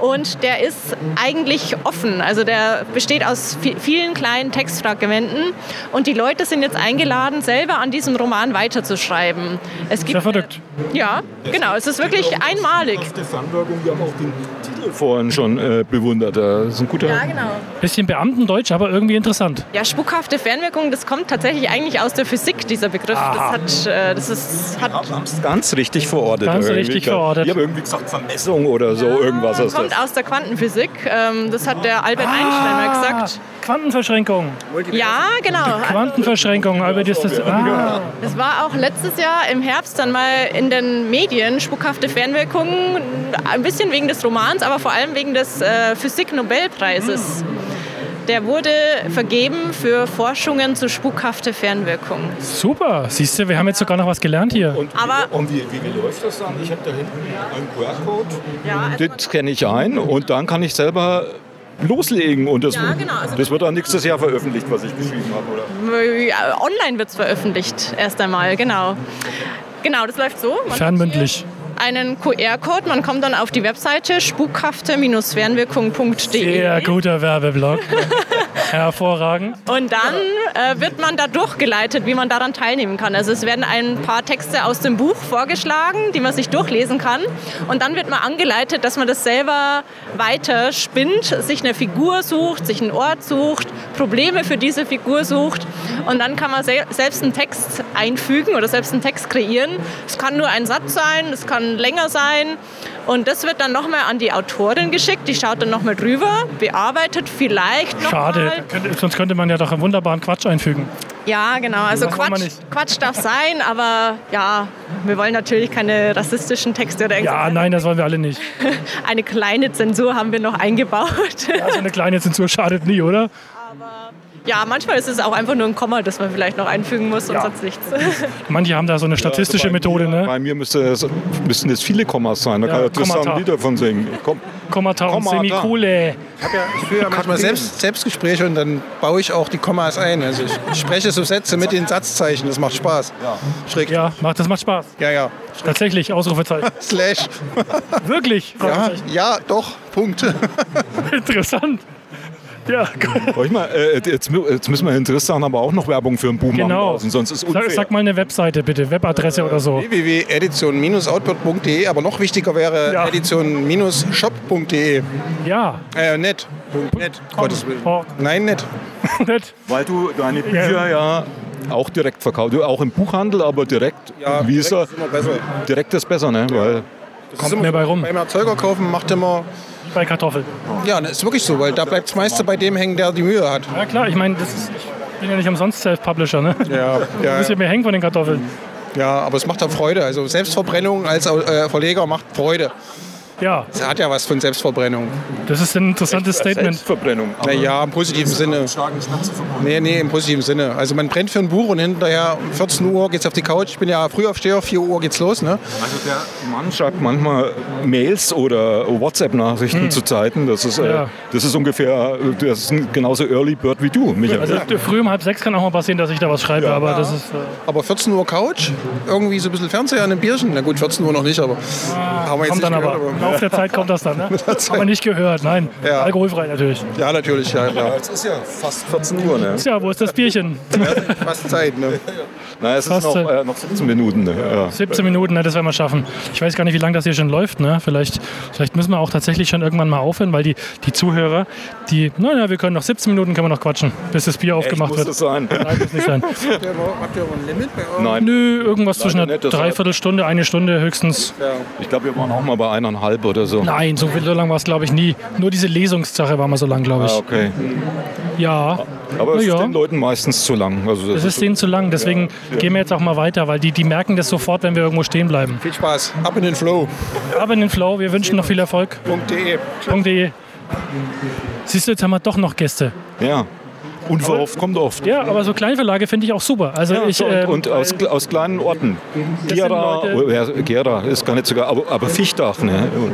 E: Und der ist eigentlich offen. Also der besteht aus vi- vielen kleinen Textfragmenten. Und die Leute sind jetzt eingeladen, selber an diesem Roman weiterzuschreiben. Es gibt
B: Sehr verrückt.
E: Ja, genau. Es ist wirklich einmalig.
C: Vorhin schon äh, bewundert. Das ist ein guter.
E: genau.
B: Bisschen Beamtendeutsch, aber irgendwie interessant.
E: Ja, spukhafte Fernwirkung, das kommt tatsächlich eigentlich aus der Physik, dieser Begriff. Das hat, äh, das ist, hat
C: Also Ganz richtig verortet.
B: Ganz
C: irgendwie.
B: richtig verortet.
C: Ich habe irgendwie gesagt, Vermessung oder so, irgendwas ist das.
E: kommt aus der Quantenphysik. Ähm, das hat der Albert Einstein mal gesagt.
B: Quantenverschränkung.
E: Ja, genau.
B: Quantenverschränkung, aber das ist. Ah,
E: Es war auch letztes Jahr im Herbst dann mal in den Medien spukhafte Fernwirkungen, ein bisschen wegen des Romans, aber vor allem wegen des äh, Physik-Nobelpreises. Der wurde vergeben für Forschungen zu spukhafte Fernwirkung.
B: super. Siehst du, wir haben jetzt sogar noch was gelernt hier.
C: Und,
E: Aber-
C: und wie, wie, wie läuft das dann? Ich habe da hinten einen QR-Code.
E: Ja, also
C: Das scanne ich ein und dann kann ich selber loslegen. Und das,
E: Ja, genau. Also-
C: das wird dann nächstes Jahr veröffentlicht, was ich geschrieben habe, oder?
E: Ja, äh, Online wird es veröffentlicht, erst einmal, genau. Genau, das läuft so. Man
B: Fernmündlich.
E: hat Einen QR-Code, man kommt dann auf die Webseite spukhafte-fernwirkung.de
B: Sehr guter Werbeblock. Hervorragend.
E: und dann äh, wird man da durchgeleitet, wie man daran teilnehmen kann. Also es werden ein paar Texte aus dem Buch vorgeschlagen, die man sich durchlesen kann und dann wird man angeleitet, dass man das selber weiter spinnt, sich eine Figur sucht, sich einen Ort sucht, Probleme für diese Figur sucht und dann kann man sel selbst einen Text einfügen oder selbst einen Text kreieren. Es kann nur ein Satz sein, es kann länger sein und das wird dann nochmal an die Autorin geschickt, die schaut dann nochmal drüber, bearbeitet vielleicht noch
B: Schade.
E: Mal.
B: Könnte- Sonst könnte man ja doch einen wunderbaren Quatsch einfügen.
E: Ja, genau. Also
B: Das wollen wir
E: Quatsch,
B: nicht.
E: Quatsch darf sein, aber ja, wir wollen natürlich keine rassistischen Texte oder irgendwas.
B: Ja, nein, das wollen wir alle nicht.
E: Eine kleine Zensur haben wir noch eingebaut.
B: Also eine kleine Zensur schadet nie, oder?
E: Ja, manchmal ist es auch einfach nur ein Komma, das man vielleicht noch einfügen muss, sonst hat's nichts.
B: Manche haben da so eine statistische
C: Also bei
B: Methode,
C: mir,
B: ne?
C: Bei mir müsste es, müssten es viele Kommas sein. Da
B: Ja,
C: kann ich zusammen
B: Kommata.
C: ein Lied davon singen. Komm.
B: Kommata und
C: Kommata.
B: Semikole.
D: Ich führe ja manchmal selbst, Selbstgespräche und dann baue ich auch die Kommas ein. Also ich spreche so Sätze mit den Satzzeichen. Das macht Spaß. Schräg.
B: Ja, macht, das macht Spaß.
D: ja. ja.
B: Tatsächlich, Ausrufezeichen.
D: Slash.
B: Wirklich?
D: Ja, ja, doch. Punkt.
B: Interessant. Ja, gut.
C: Soll ich mal, äh, jetzt, mü- jetzt müssen wir in Tristan aber auch noch Werbung für einen Boom machen
B: genau.
C: lassen, sonst ist unfair.
B: sag, sag mal eine Webseite bitte, Webadresse oder so.
D: www.edition-output.de. Aber noch wichtiger wäre
B: Ja.
D: edition-shop.de.
B: Ja,
D: Äh, net. Net. Gottes Willen.
B: Oh.
D: Nein, net.
B: nett.
C: Weil du deine Bücher ja auch direkt verkaufst. Du Auch im Buchhandel, aber direkt.
D: Ja,
C: wie ist er?
D: Ah, direkt ist immer besser.
C: Direkt ist besser, ne? Weil
D: Kommt
B: mehr bei rum.
D: Beim Erzeuger kaufen macht immer.
B: bei Kartoffeln.
D: Ja, das ist wirklich so, weil da bleibt das meiste bei dem hängen, der die Mühe hat.
B: Ja klar, ich meine, das ist, ich bin ja nicht umsonst Self-Publisher, ne?
D: Ja,
B: Ein
D: ja,
B: bisschen mehr hängen von den Kartoffeln.
D: ja, aber es macht da Freude. Also Selbstverbrennung als äh, Verleger macht Freude.
B: Ja,
D: Das hat ja was von Selbstverbrennung.
B: das ist ein interessantes Statement.
C: Selbstverbrennung. Aber
D: Naja, im positiven Sinne. Nee, nee, im positiven Sinne. Also man brennt für ein Buch und hinterher um 14 Uhr geht's auf die Couch. Ich bin ja Frühaufsteher, 4 Uhr geht's los. Ne?
C: Also der Mann schreibt manchmal Mails oder WhatsApp-Nachrichten zu Zeiten. Das ist, äh,
B: Hm. Ja.
C: das ist ungefähr, äh, das ist ein genauso Early Bird wie du, Michael.
B: Also früh um halb sechs kann auch mal passieren, dass ich da was schreibe, aber das ist. Äh,
D: Aber 14 Uhr Couch, irgendwie so ein bisschen Fernseher und ein Bierchen. Na gut, 14 Uhr noch nicht, aber haben wir
B: kommt dann aber. Im Laufe der Zeit kommt das dann, ne? Aber nicht gehört, nein.
D: Ja.
B: Alkoholfrei natürlich.
D: aber- Ja, natürlich, ja, ja.
C: es ist ja fast 14 Uhr, ne?
B: Tja, wo ist das Bierchen?
D: Fast Zeit, ne?
C: Nein, es ist
B: Fast,
C: noch,
B: äh,
C: äh, noch 17 Minuten. Ne? Ja.
B: 17 Minuten, ne, das werden wir schaffen. Ich weiß gar nicht, wie lange das hier schon läuft. Ne? Vielleicht, vielleicht müssen wir auch tatsächlich schon irgendwann mal aufhören, weil die, die Zuhörer, die, naja, wir können noch 17 Minuten können wir noch quatschen, bis das Bier aufgemacht
C: muss
B: wird.
C: das sein.
B: Nein, muss nicht sein.
D: Habt ihr aber- habt ihr aber ein Limit bei eurem?
C: Nein,
B: Nö, irgendwas zwischen einer
C: nicht, das war-
B: Dreiviertelstunde, eine Stunde höchstens.
C: ich glaube, wir waren auch mal bei eineinhalb oder so.
B: Nein, so, viel- so lang war es, glaube ich, nie. Nur diese Lesungssache war mal so lang, glaube
C: Ah,
B: ich.
C: okay.
B: Ja,
C: Aber es
B: Na
C: ist
B: ja.
C: den Leuten meistens zu lang. Also
B: es ist denen zu lang. Deswegen gehen wir jetzt auch mal weiter, weil die, die merken das sofort, wenn wir irgendwo stehen bleiben.
D: Viel Spaß. Ab in den Flow. E.
B: Aber in den Flow, wir wünschen noch viel Erfolg.
D: .de.
B: .de. Siehst du, jetzt haben wir doch noch Gäste.
C: ja. Unverhofft kommt oft.
B: Ja, aber so Kleinverlage finde ich auch super. Also
C: Ja,
B: ich,
C: so, und,
B: ähm,
C: und aus, aus kleinen Orten. Gera,
B: sind
C: oh, ja, Gera ist gar nicht sogar, aber, aber Fichtach. Ne? Und,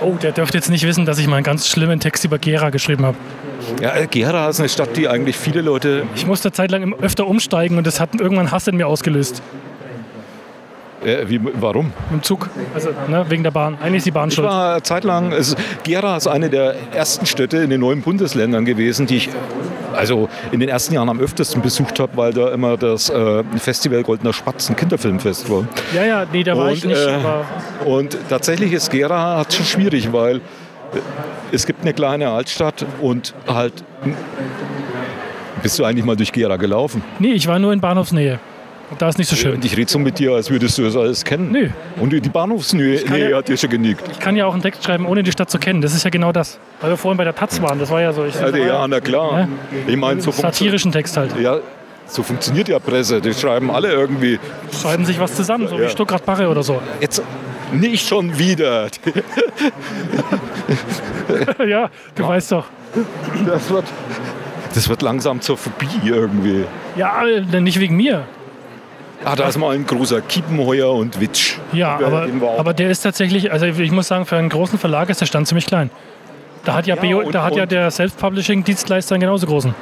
B: oh, der dürfte jetzt nicht wissen, dass ich mal einen ganz schlimmen Text über Gera geschrieben habe.
C: ja, äh, Gera ist eine Stadt, die eigentlich viele Leute.
B: Ich musste zeitlang im- öfter umsteigen und das hat irgendwann Hass in mir ausgelöst.
C: Äh, wie, warum?
B: Im Zug, also ne, wegen der Bahn. Eigentlich ist die Bahn
C: Ich
B: schuld.
C: war zeitlang, es, Gera ist eine der ersten Städte in den neuen Bundesländern gewesen, die ich also in den ersten Jahren am öftesten besucht habe, weil da immer das äh, Festival Goldener Spatzen Kinderfilmfest war.
B: Ja, ja, nee, da war ich nicht.
C: äh,
B: aber
C: und tatsächlich ist Gera hat schon schwierig, weil äh, es gibt eine kleine Altstadt und halt. Bist du eigentlich mal durch Gera gelaufen?
B: nee, ich war nur in Bahnhofsnähe. Und da ist nicht so schön.
C: Und ich rede so mit dir, als würdest du das alles kennen.
B: Nö.
C: Und die Bahnhofsnähe
B: kann
C: Nähe
B: ja-
C: hat dir schon genügt.
B: Ich kann ja auch einen Text schreiben, ohne die Stadt zu kennen. Das ist ja genau das. Weil wir vorhin bei der Taz waren, das war ja so. Ich,
C: Also, ja, na klar.
B: Ja.
C: Ich meine, so, funktio
B: satirischen Text halt.
C: ja, so funktioniert ja Presse. Die schreiben alle irgendwie.
B: Schreiben sich was zusammen, so
C: Ja.
B: wie Stuttgart-Barre oder so.
C: Jetzt nicht schon wieder.
B: ja, du weißt doch.
C: Das wird, das wird langsam zur Phobie irgendwie.
B: Ja, denn nicht wegen mir.
C: Ah, da ist mal ein großer Kiepenheuer und Witsch.
B: Ja,
C: Über
B: aber,
C: den wir auch-
B: aber der ist tatsächlich, also ich muss sagen, für einen großen Verlag ist der Stand ziemlich klein. Da hat ja,
C: Ja,
B: BO,
C: und-
B: da hat ja
C: und-
B: der Self-Publishing-Dienstleister einen genauso großen.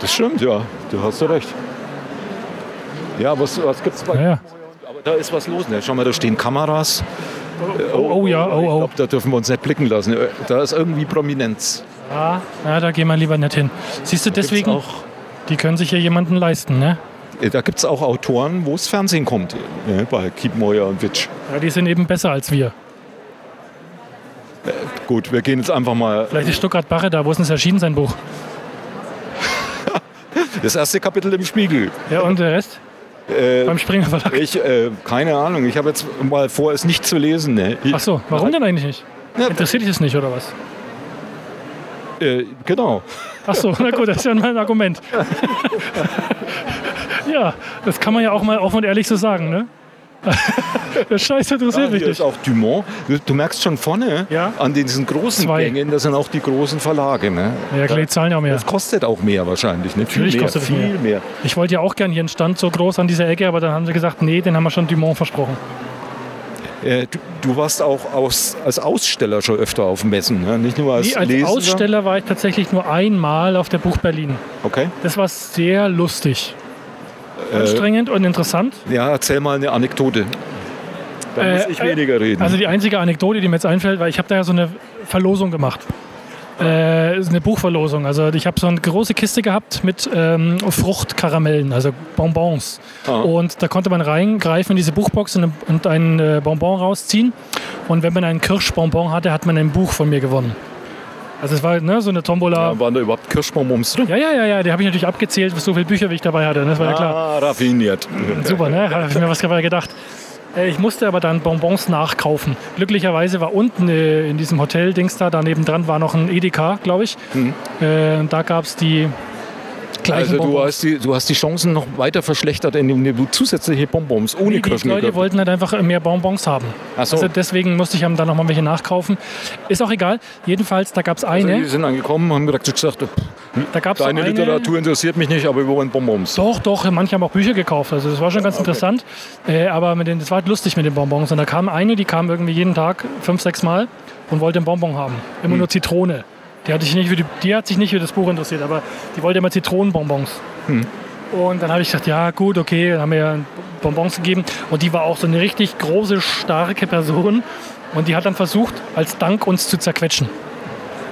C: Das stimmt, ja. Du hast ja recht. Ja, was, was gibt's bei.
B: Ja, ja.
C: Aber da ist was los. Ne? Schau mal, da stehen Kameras.
B: Oh, oh, ja,
C: Ich
B: oh, oh.
C: glaub, da dürfen wir uns nicht blicken lassen. Äh, Da ist irgendwie Prominenz.
B: Ah, na, da gehen wir lieber nicht hin. Siehst du, deswegen,
C: auch-
B: die können sich hier jemanden leisten, ne?
C: Äh, Da gibt es auch Autoren, wo es Fernsehen kommt. Ne? Bei Kiepenheuer und Witsch.
B: Ja, die sind eben besser als wir.
C: Gut, wir gehen jetzt einfach mal.
B: Vielleicht ist Stuttgart-Barre da, wo ist denn das erschienen, sein Buch?
C: Das erste Kapitel im Spiegel.
B: Ja, und der Rest? Beim Springer Verlag.
C: Ich, äh, keine Ahnung, ich habe jetzt mal vor, es nicht zu lesen. Ne? Ich,
B: Ach so, warum denn eigentlich nicht?
C: Ja.
B: Interessiert dich das nicht, oder was?
C: äh, genau.
B: Ach so, na gut, das ist ja mein Argument. ja, das kann man ja auch mal offen und ehrlich so sagen, ne? das Scheiß interessiert mich
C: Hier ist
B: nicht.
C: auch Dumont. Du, du merkst schon vorne
B: Ja.
C: an diesen großen
B: Zwei.
C: Gängen, das sind auch die großen Verlage. Ne?
B: Ja, klar, die zahlen ja auch mehr.
C: Das kostet auch mehr wahrscheinlich, ne? Viel
B: Natürlich
C: mehr,
B: kostet es
C: viel
B: mehr.
C: mehr.
B: Ich wollte ja auch gern hier einen Stand so groß an dieser Ecke, aber dann haben sie gesagt, nee, den haben wir schon Dumont versprochen.
C: Äh, du, du warst auch aus, als Aussteller schon öfter auf Messen, ne? nicht nur als,
B: Nee, als
C: Lesender.
B: Aussteller war ich tatsächlich nur einmal auf der Buch Berlin.
C: Okay.
B: Das war sehr lustig.
C: Äh,
B: Anstrengend und interessant.
C: Ja, erzähl mal eine Anekdote. Da
B: Äh,
C: muss ich
B: äh,
C: weniger reden.
B: Also die einzige Anekdote, die mir jetzt einfällt, weil ich habe da ja so eine Verlosung gemacht. Äh, ist eine Buchverlosung. Also ich habe so eine große Kiste gehabt mit ähm, Fruchtkaramellen, also Bonbons.
C: Ah.
B: Und da konnte man reingreifen in diese Buchbox und, und einen äh, Bonbon rausziehen. Und wenn man einen Kirschbonbon hatte, hat man ein Buch von mir gewonnen. Also es war ne, so eine Tombola.
C: ja, waren da überhaupt Kirschbonbons drin?
B: Ja, ja, ja, ja, die habe ich natürlich abgezählt, so viele Bücher wie ich dabei hatte. ne, Das war ja klar.
C: Ah, raffiniert.
B: Super, ne? Habe ich mir was dabei gedacht. Äh, Ich musste aber dann Bonbons nachkaufen. Glücklicherweise war unten äh, in diesem Hotel-Dings da, daneben dran war noch ein Edeka, glaube ich. Äh, und da gab es die gleichen
C: Mhm. Also du
B: Bonbons.
C: hast, die, du hast die Chancen noch weiter verschlechtert, indem du zusätzliche Bonbons ohne
B: Nee, die
C: Kirschen
B: Leute
C: gekauft
B: wollten halt einfach mehr Bonbons haben.
C: Ach so.
B: Also deswegen musste ich dann da nochmal welche nachkaufen. Ist auch egal. Jedenfalls, da gab es
C: hast.
B: eine.
C: Die sind angekommen und haben gesagt, gesagt pff,
B: da gab's so
C: deine
B: eine-
C: Literatur interessiert mich nicht, aber wir wollen Bonbons.
B: Doch, doch, manche haben auch Bücher gekauft. Also das war schon ganz interessant. Äh, aber mit den, das war halt lustig mit den Bonbons. Und da kam eine, die kam irgendwie jeden Tag fünf, sechs Mal und wollte einen Bonbon haben. Immer nur Zitrone. Die, hatte ich nicht für die, die hat sich nicht für das Buch interessiert, aber die wollte immer Zitronenbonbons. Und dann habe ich gesagt, ja gut, okay, dann haben wir ihr Bonbons gegeben. Und die war auch so eine richtig große, starke Person. Und die hat dann versucht, als Dank uns zu zerquetschen.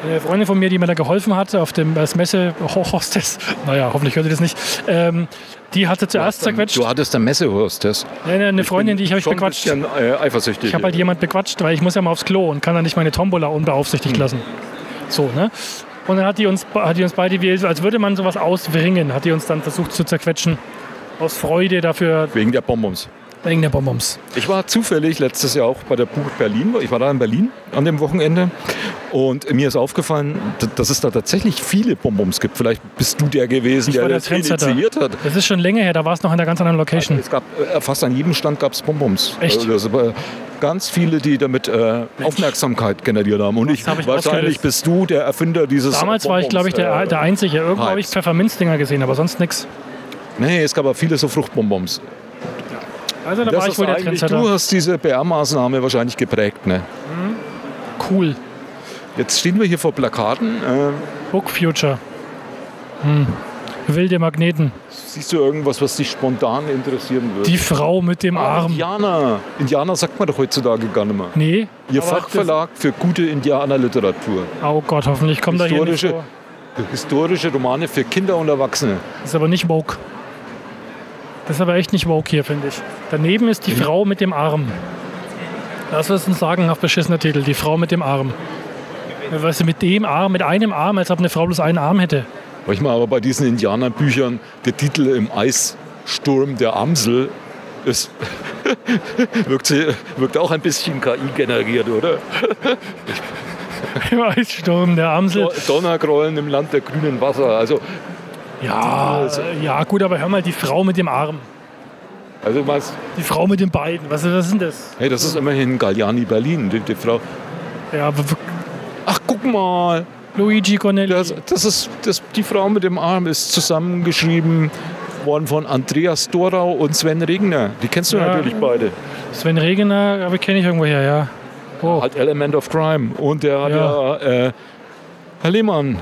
B: Eine Freundin von mir, die mir da geholfen hatte, auf dem als Messe Hostess, naja, hoffentlich hört ihr das nicht, ähm, die hatte zuerst zerquetscht.
C: Du hattest eine Messehorst.
B: Nein, nein, eine Freundin, die ich habe ich
C: schon
B: bequatscht.
C: Ein bisschen, äh, eifersüchtig.
B: Ich habe halt jemand bequatscht, weil ich muss ja mal aufs Klo und kann dann nicht meine Tombola
C: Hm.
B: unbeaufsichtigt lassen. So, ne? Und dann hat die uns, hat die uns beide, wie, als würde man sowas auswringen, hat die uns dann versucht zu zerquetschen. Aus Freude dafür
C: Wegen der Bonbons.
B: wegen der Bonbons.
C: Ich war zufällig letztes Jahr auch bei der Buch Berlin. Ich war da in Berlin an dem Wochenende. Und mir ist aufgefallen, d- dass es da tatsächlich viele Bonbons gibt. Vielleicht bist du der gewesen,
B: Ich
C: der
B: war der
C: das
B: Trendsetter.
C: initiiert hat.
B: Das ist schon länger her, da war es noch in einer ganz anderen Location.
C: Es gab äh, fast an jedem Stand gab es Bonbons.
B: Echt?
C: Also, das war ganz viele, die damit äh, Aufmerksamkeit generiert haben. Und ich,
B: hab ich
C: wahrscheinlich
B: ausgelöst.
C: bist du der Erfinder dieses.
B: Damals war ich, glaube ich, der,
C: Bonbons,
B: der
C: äh,
B: Einzige. Irgendwo habe ich
C: Hypes.
B: Pfefferminzdinger gesehen, aber sonst nichts.
C: Nee, es gab aber viele so Fruchtbonbons.
B: Also da
C: Das
B: war ich
C: ist
B: wohl der
C: eigentlich- du
B: Trendsetter.
C: hast diese PR-Maßnahme wahrscheinlich geprägt. Ne?
B: Cool.
C: Jetzt stehen wir hier vor Plakaten. Äh,
B: Book Future. Hm. Wilde Magneten.
C: siehst du irgendwas, was dich spontan interessieren würde?
B: Die Frau mit dem
C: Ah,
B: Arm.
C: Indianer. Indianer sagt man doch heutzutage gar nicht mehr.
B: Nee.
C: Ihr
B: aber
C: Fachverlag für gute Indianerliteratur.
B: das- Oh Gott, hoffentlich kommt da hier nicht
C: Historische,
B: vor.
C: historische Romane für Kinder und Erwachsene.
B: Das ist aber nicht woke. Das ist aber echt nicht woke hier, finde ich. Daneben ist die Frau mit dem Arm. Das ist ein sagenhaft beschissener Titel. Die Frau mit dem Arm. Weißt du, mit dem Arm, mit einem Arm, als ob eine Frau bloß einen Arm hätte.
C: Manchmal aber bei diesen Indianerbüchern der Titel im Eissturm der Amsel ist, wirkt, sie- wirkt auch ein bisschen KI generiert, oder?
B: Im Eissturm der Amsel.
C: Do- Donnergrollen im Land der grünen Wasser. Also,
B: Ja, äh, ja, gut, aber hör mal, die Frau mit dem Arm.
C: also man,
B: Die Frau mit den beiden. Was, was ist denn das?
C: hey, das ist immerhin Galliani Berlin, die, die Frau.
B: Ja, w- w-
C: Ach, guck mal,
B: Luigi Cornelli.
C: das, das ist, das, die Frau mit dem Arm ist zusammengeschrieben worden von Andreas Dorau und Sven Regner. Die kennst du
B: Ja.
C: natürlich beide.
B: Sven Regener, aber kenne ich irgendwoher, ja. Oh,
C: Halt Element of Crime. Und der hat ja,
B: Ja.
C: äh, Herr Lehmann,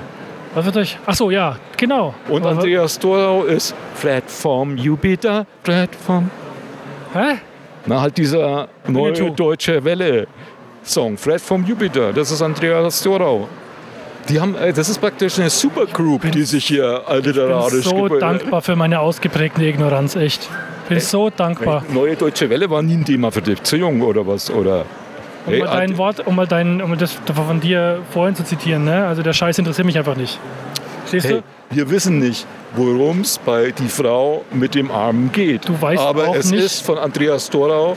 B: was wird euch? Achso, ja, genau.
C: Und
B: Aber-
C: Andreas Dorau ist Platform Jupiter, Platform.
B: Hä?
C: Na, halt dieser neue
B: Winnetou.
C: deutsche Welle-Song, Platform Jupiter, das ist Andreas Dorau. Die haben, äh, das ist praktisch eine Supergroup, die sich hier äh,
B: Bin
C: literarisch
B: so
C: gebildet-
B: dankbar für meine ausgeprägte Ignoranz, echt. Bin so dankbar.
C: Neue deutsche Welle war nie ein Thema für dich, zu jung oder was? Oder?
B: Um mal dein Wort, um mal dein, um das von dir vorhin zu zitieren, ne? Also der Scheiß interessiert mich einfach nicht. Stehst
C: hey,
B: du?
C: wir wissen nicht, worum es bei die Frau mit dem Arm geht.
B: Du weißt
C: Aber
B: auch
C: es
B: nicht-
C: ist von Andreas Dorau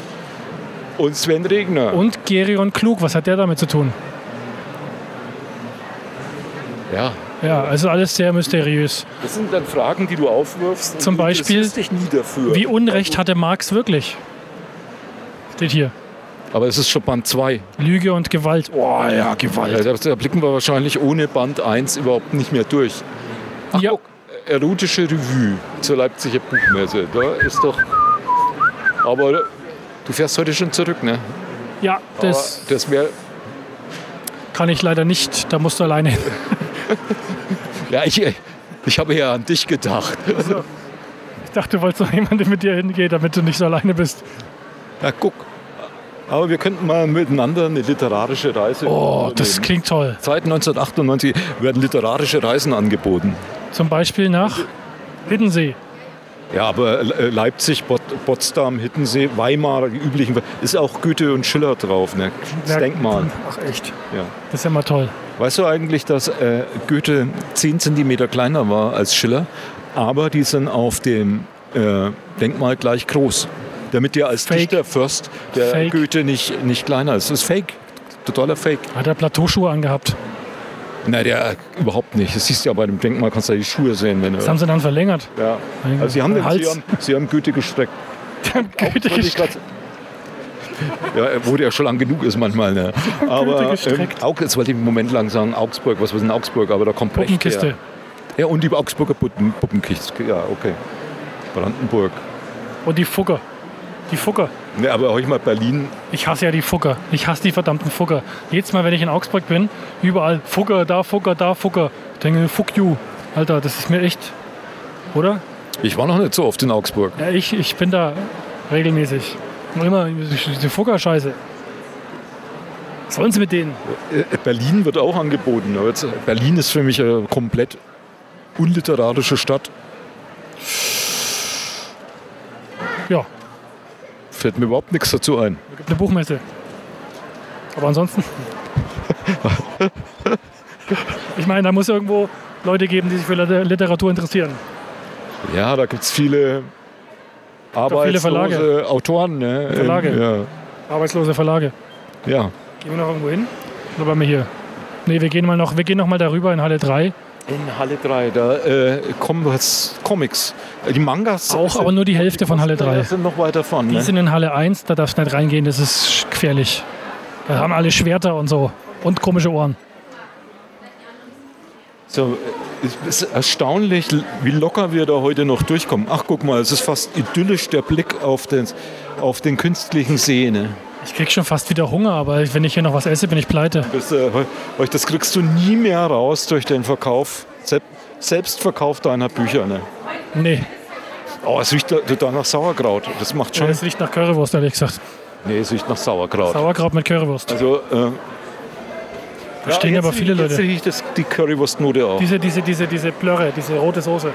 C: und Sven Regner.
B: Und Gerion Klug, was hat der damit zu tun?
C: ja,
B: Ja, also alles sehr mysteriös.
C: Das sind dann Fragen, die du aufwirfst.
B: Zum
C: und du
B: Beispiel,
C: interessierst dich nie dafür.
B: Wie Unrecht hatte Marx wirklich? Steht hier.
C: Aber es ist schon Band 2.
B: Lüge und Gewalt. Oh ja, Gewalt.
C: Da, da blicken wir wahrscheinlich ohne Band 1 überhaupt nicht mehr durch. Ach,
B: Ja.
C: guck, erotische Revue zur Leipziger Buchmesse. Da ist doch. Aber du fährst heute schon zurück, ne?
B: Ja, das
C: Aber das wäre.
B: kann ich leider nicht. Da musst du alleine hin.
C: Ja, ich, ich habe ja an dich gedacht.
B: Ich dachte, du wolltest noch jemanden mit dir hingehen, damit du nicht so alleine bist.
C: Na, guck. Aber wir könnten mal miteinander eine literarische Reise.
B: Oh,
C: unternehmen.
B: das klingt toll.
C: Seit 1998 werden literarische Reisen angeboten.
B: Zum Beispiel nach Hiddensee.
C: Ja, aber äh, Leipzig, Bot Potsdam, Hittensee, Weimar, die üblichen, ist auch Goethe und Schiller drauf, ne? Das
B: Ja.
C: Denkmal.
B: Ach echt.
C: Ja.
B: Das ist ja mal toll.
C: Weißt du eigentlich, dass äh, Goethe 10 Zentimeter kleiner war als Schiller, aber die sind auf dem äh, Denkmal gleich groß, damit der als
B: Fake.
C: Dichterfürst der
B: Fake.
C: Goethe nicht, nicht kleiner ist. Das ist Fake, totaler Fake.
B: Hat er Plateauschuhe angehabt.
C: Na, der äh, überhaupt nicht. Das siehst du ja bei dem Denkmal, kannst du ja die Schuhe sehen. Wenn du,
B: Das haben sie dann verlängert.
C: ja. also sie, haben den,
B: Hals.
C: sie, haben, sie haben Goethe gestreckt.
B: Goethe
C: Wollte ich
B: gestreckt.
C: grad- Ja, er wurde ja schon lang genug ist manchmal. Ne? Aber ähm,
B: gestreckt.
C: Aug, jetzt wollte ich im Moment lang sagen, Augsburg, was war denn Augsburg? Aber da kommt Brecht
B: Puppenkiste.
C: her. Ja, und die Augsburger Puppen, Puppenkiste. Ja, okay. Brandenburg.
B: Und die Fucker. Die Fucker.
C: Ne, aber hab ich mal Berlin.
B: Ich hasse ja die Fucker. Ich hasse die verdammten Fucker. Jedes Mal, wenn ich in Augsburg bin, überall Fucker, da Fucker, da Fucker. Ich denke, fuck you. Alter, das ist mir echt. Oder?
C: Ich war noch nicht so oft in Augsburg.
B: Ja, ich, ich bin da regelmäßig. Und immer diese Fucker-Scheiße. Was Sollen sie mit denen?
C: Äh, Berlin wird auch angeboten. Aber jetzt, Berlin ist für mich eine komplett unliterarische Stadt.
B: Ja,
C: Fällt mir überhaupt nichts dazu ein.
B: gibt eine Buchmesse. Aber ansonsten. ich meine, da muss irgendwo Leute geben, die sich für Liter- Literatur interessieren.
C: Ja, da gibt es
B: viele
C: viele arbeitslose
B: Verlage.
C: Autoren. Ne? Ähm,
B: Verlage. Arbeitslose Verlage.
C: Ja. ja.
B: Gehen wir noch irgendwo hin? Oder bleiben wir hier? Nee, wir gehen mal noch, wir gehen noch mal darüber in Halle 3.
C: In Halle 3, da äh, kommen was Comics. Die Mangas.
B: Auch, aber nur die Hälfte von Halle 3.
C: sind noch weiter vorne.
B: Die
C: Ne?
B: sind in Halle 1, da darfst du nicht reingehen, das ist sch- gefährlich. Da haben alle Schwerter und so. Und komische Ohren.
C: So, äh, es ist erstaunlich, wie locker wir da heute noch durchkommen. Ach, guck mal, es ist fast idyllisch der Blick auf den, auf den künstlichen See. Ne?
B: Ich krieg schon fast wieder Hunger, aber wenn ich hier noch was esse, bin ich pleite.
C: Das, äh, euch- das kriegst du nie mehr raus durch den Verkauf, selbst, Selbstverkauf deiner Bücher. Ne?
B: Nee,
C: Oh, es riecht da- total nach Sauerkraut. Das macht schon.
B: das riecht nach Currywurst, ehrlich gesagt.
C: Nee, es riecht nach Sauerkraut.
B: Sauerkraut mit Currywurst.
C: Also, äh,
B: Da stehen aber viele
C: Jetzt
B: Leute.
C: riecht das, die Currywurstnote auch.
B: Diese, diese, diese, diese Blöre, diese rote Soße.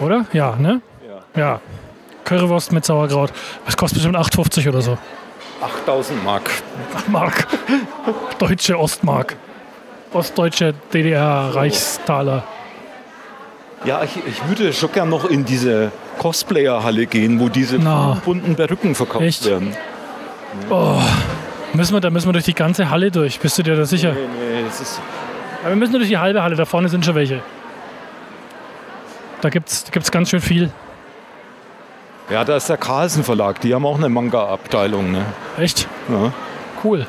B: Oder? Ja, ne? Mm. Ja. Currywurst mit Sauerkraut. Das kostet bestimmt 8,50 oder so.
C: 8000 Mark.
B: Mark. Deutsche Ostmark. Ostdeutsche DDR-Reichstaler.
C: Ja, ich, ich würde schon gern noch in diese Cosplayer-Halle gehen, wo diese
B: Na.
C: bunten Perücken verkauft
B: Echt?
C: werden.
B: Müssen wir, da müssen wir durch die ganze Halle durch. Bist du dir da sicher?
C: Nee, nee, das ist,
B: Aber wir müssen nur durch die halbe Halle. Da vorne sind schon welche. Da gibt es da gibt's ganz schön viel.
C: ja, da ist der Carlsen Verlag, die haben auch eine Manga-Abteilung. Ne?
B: Echt?
C: Ja,
B: Cool.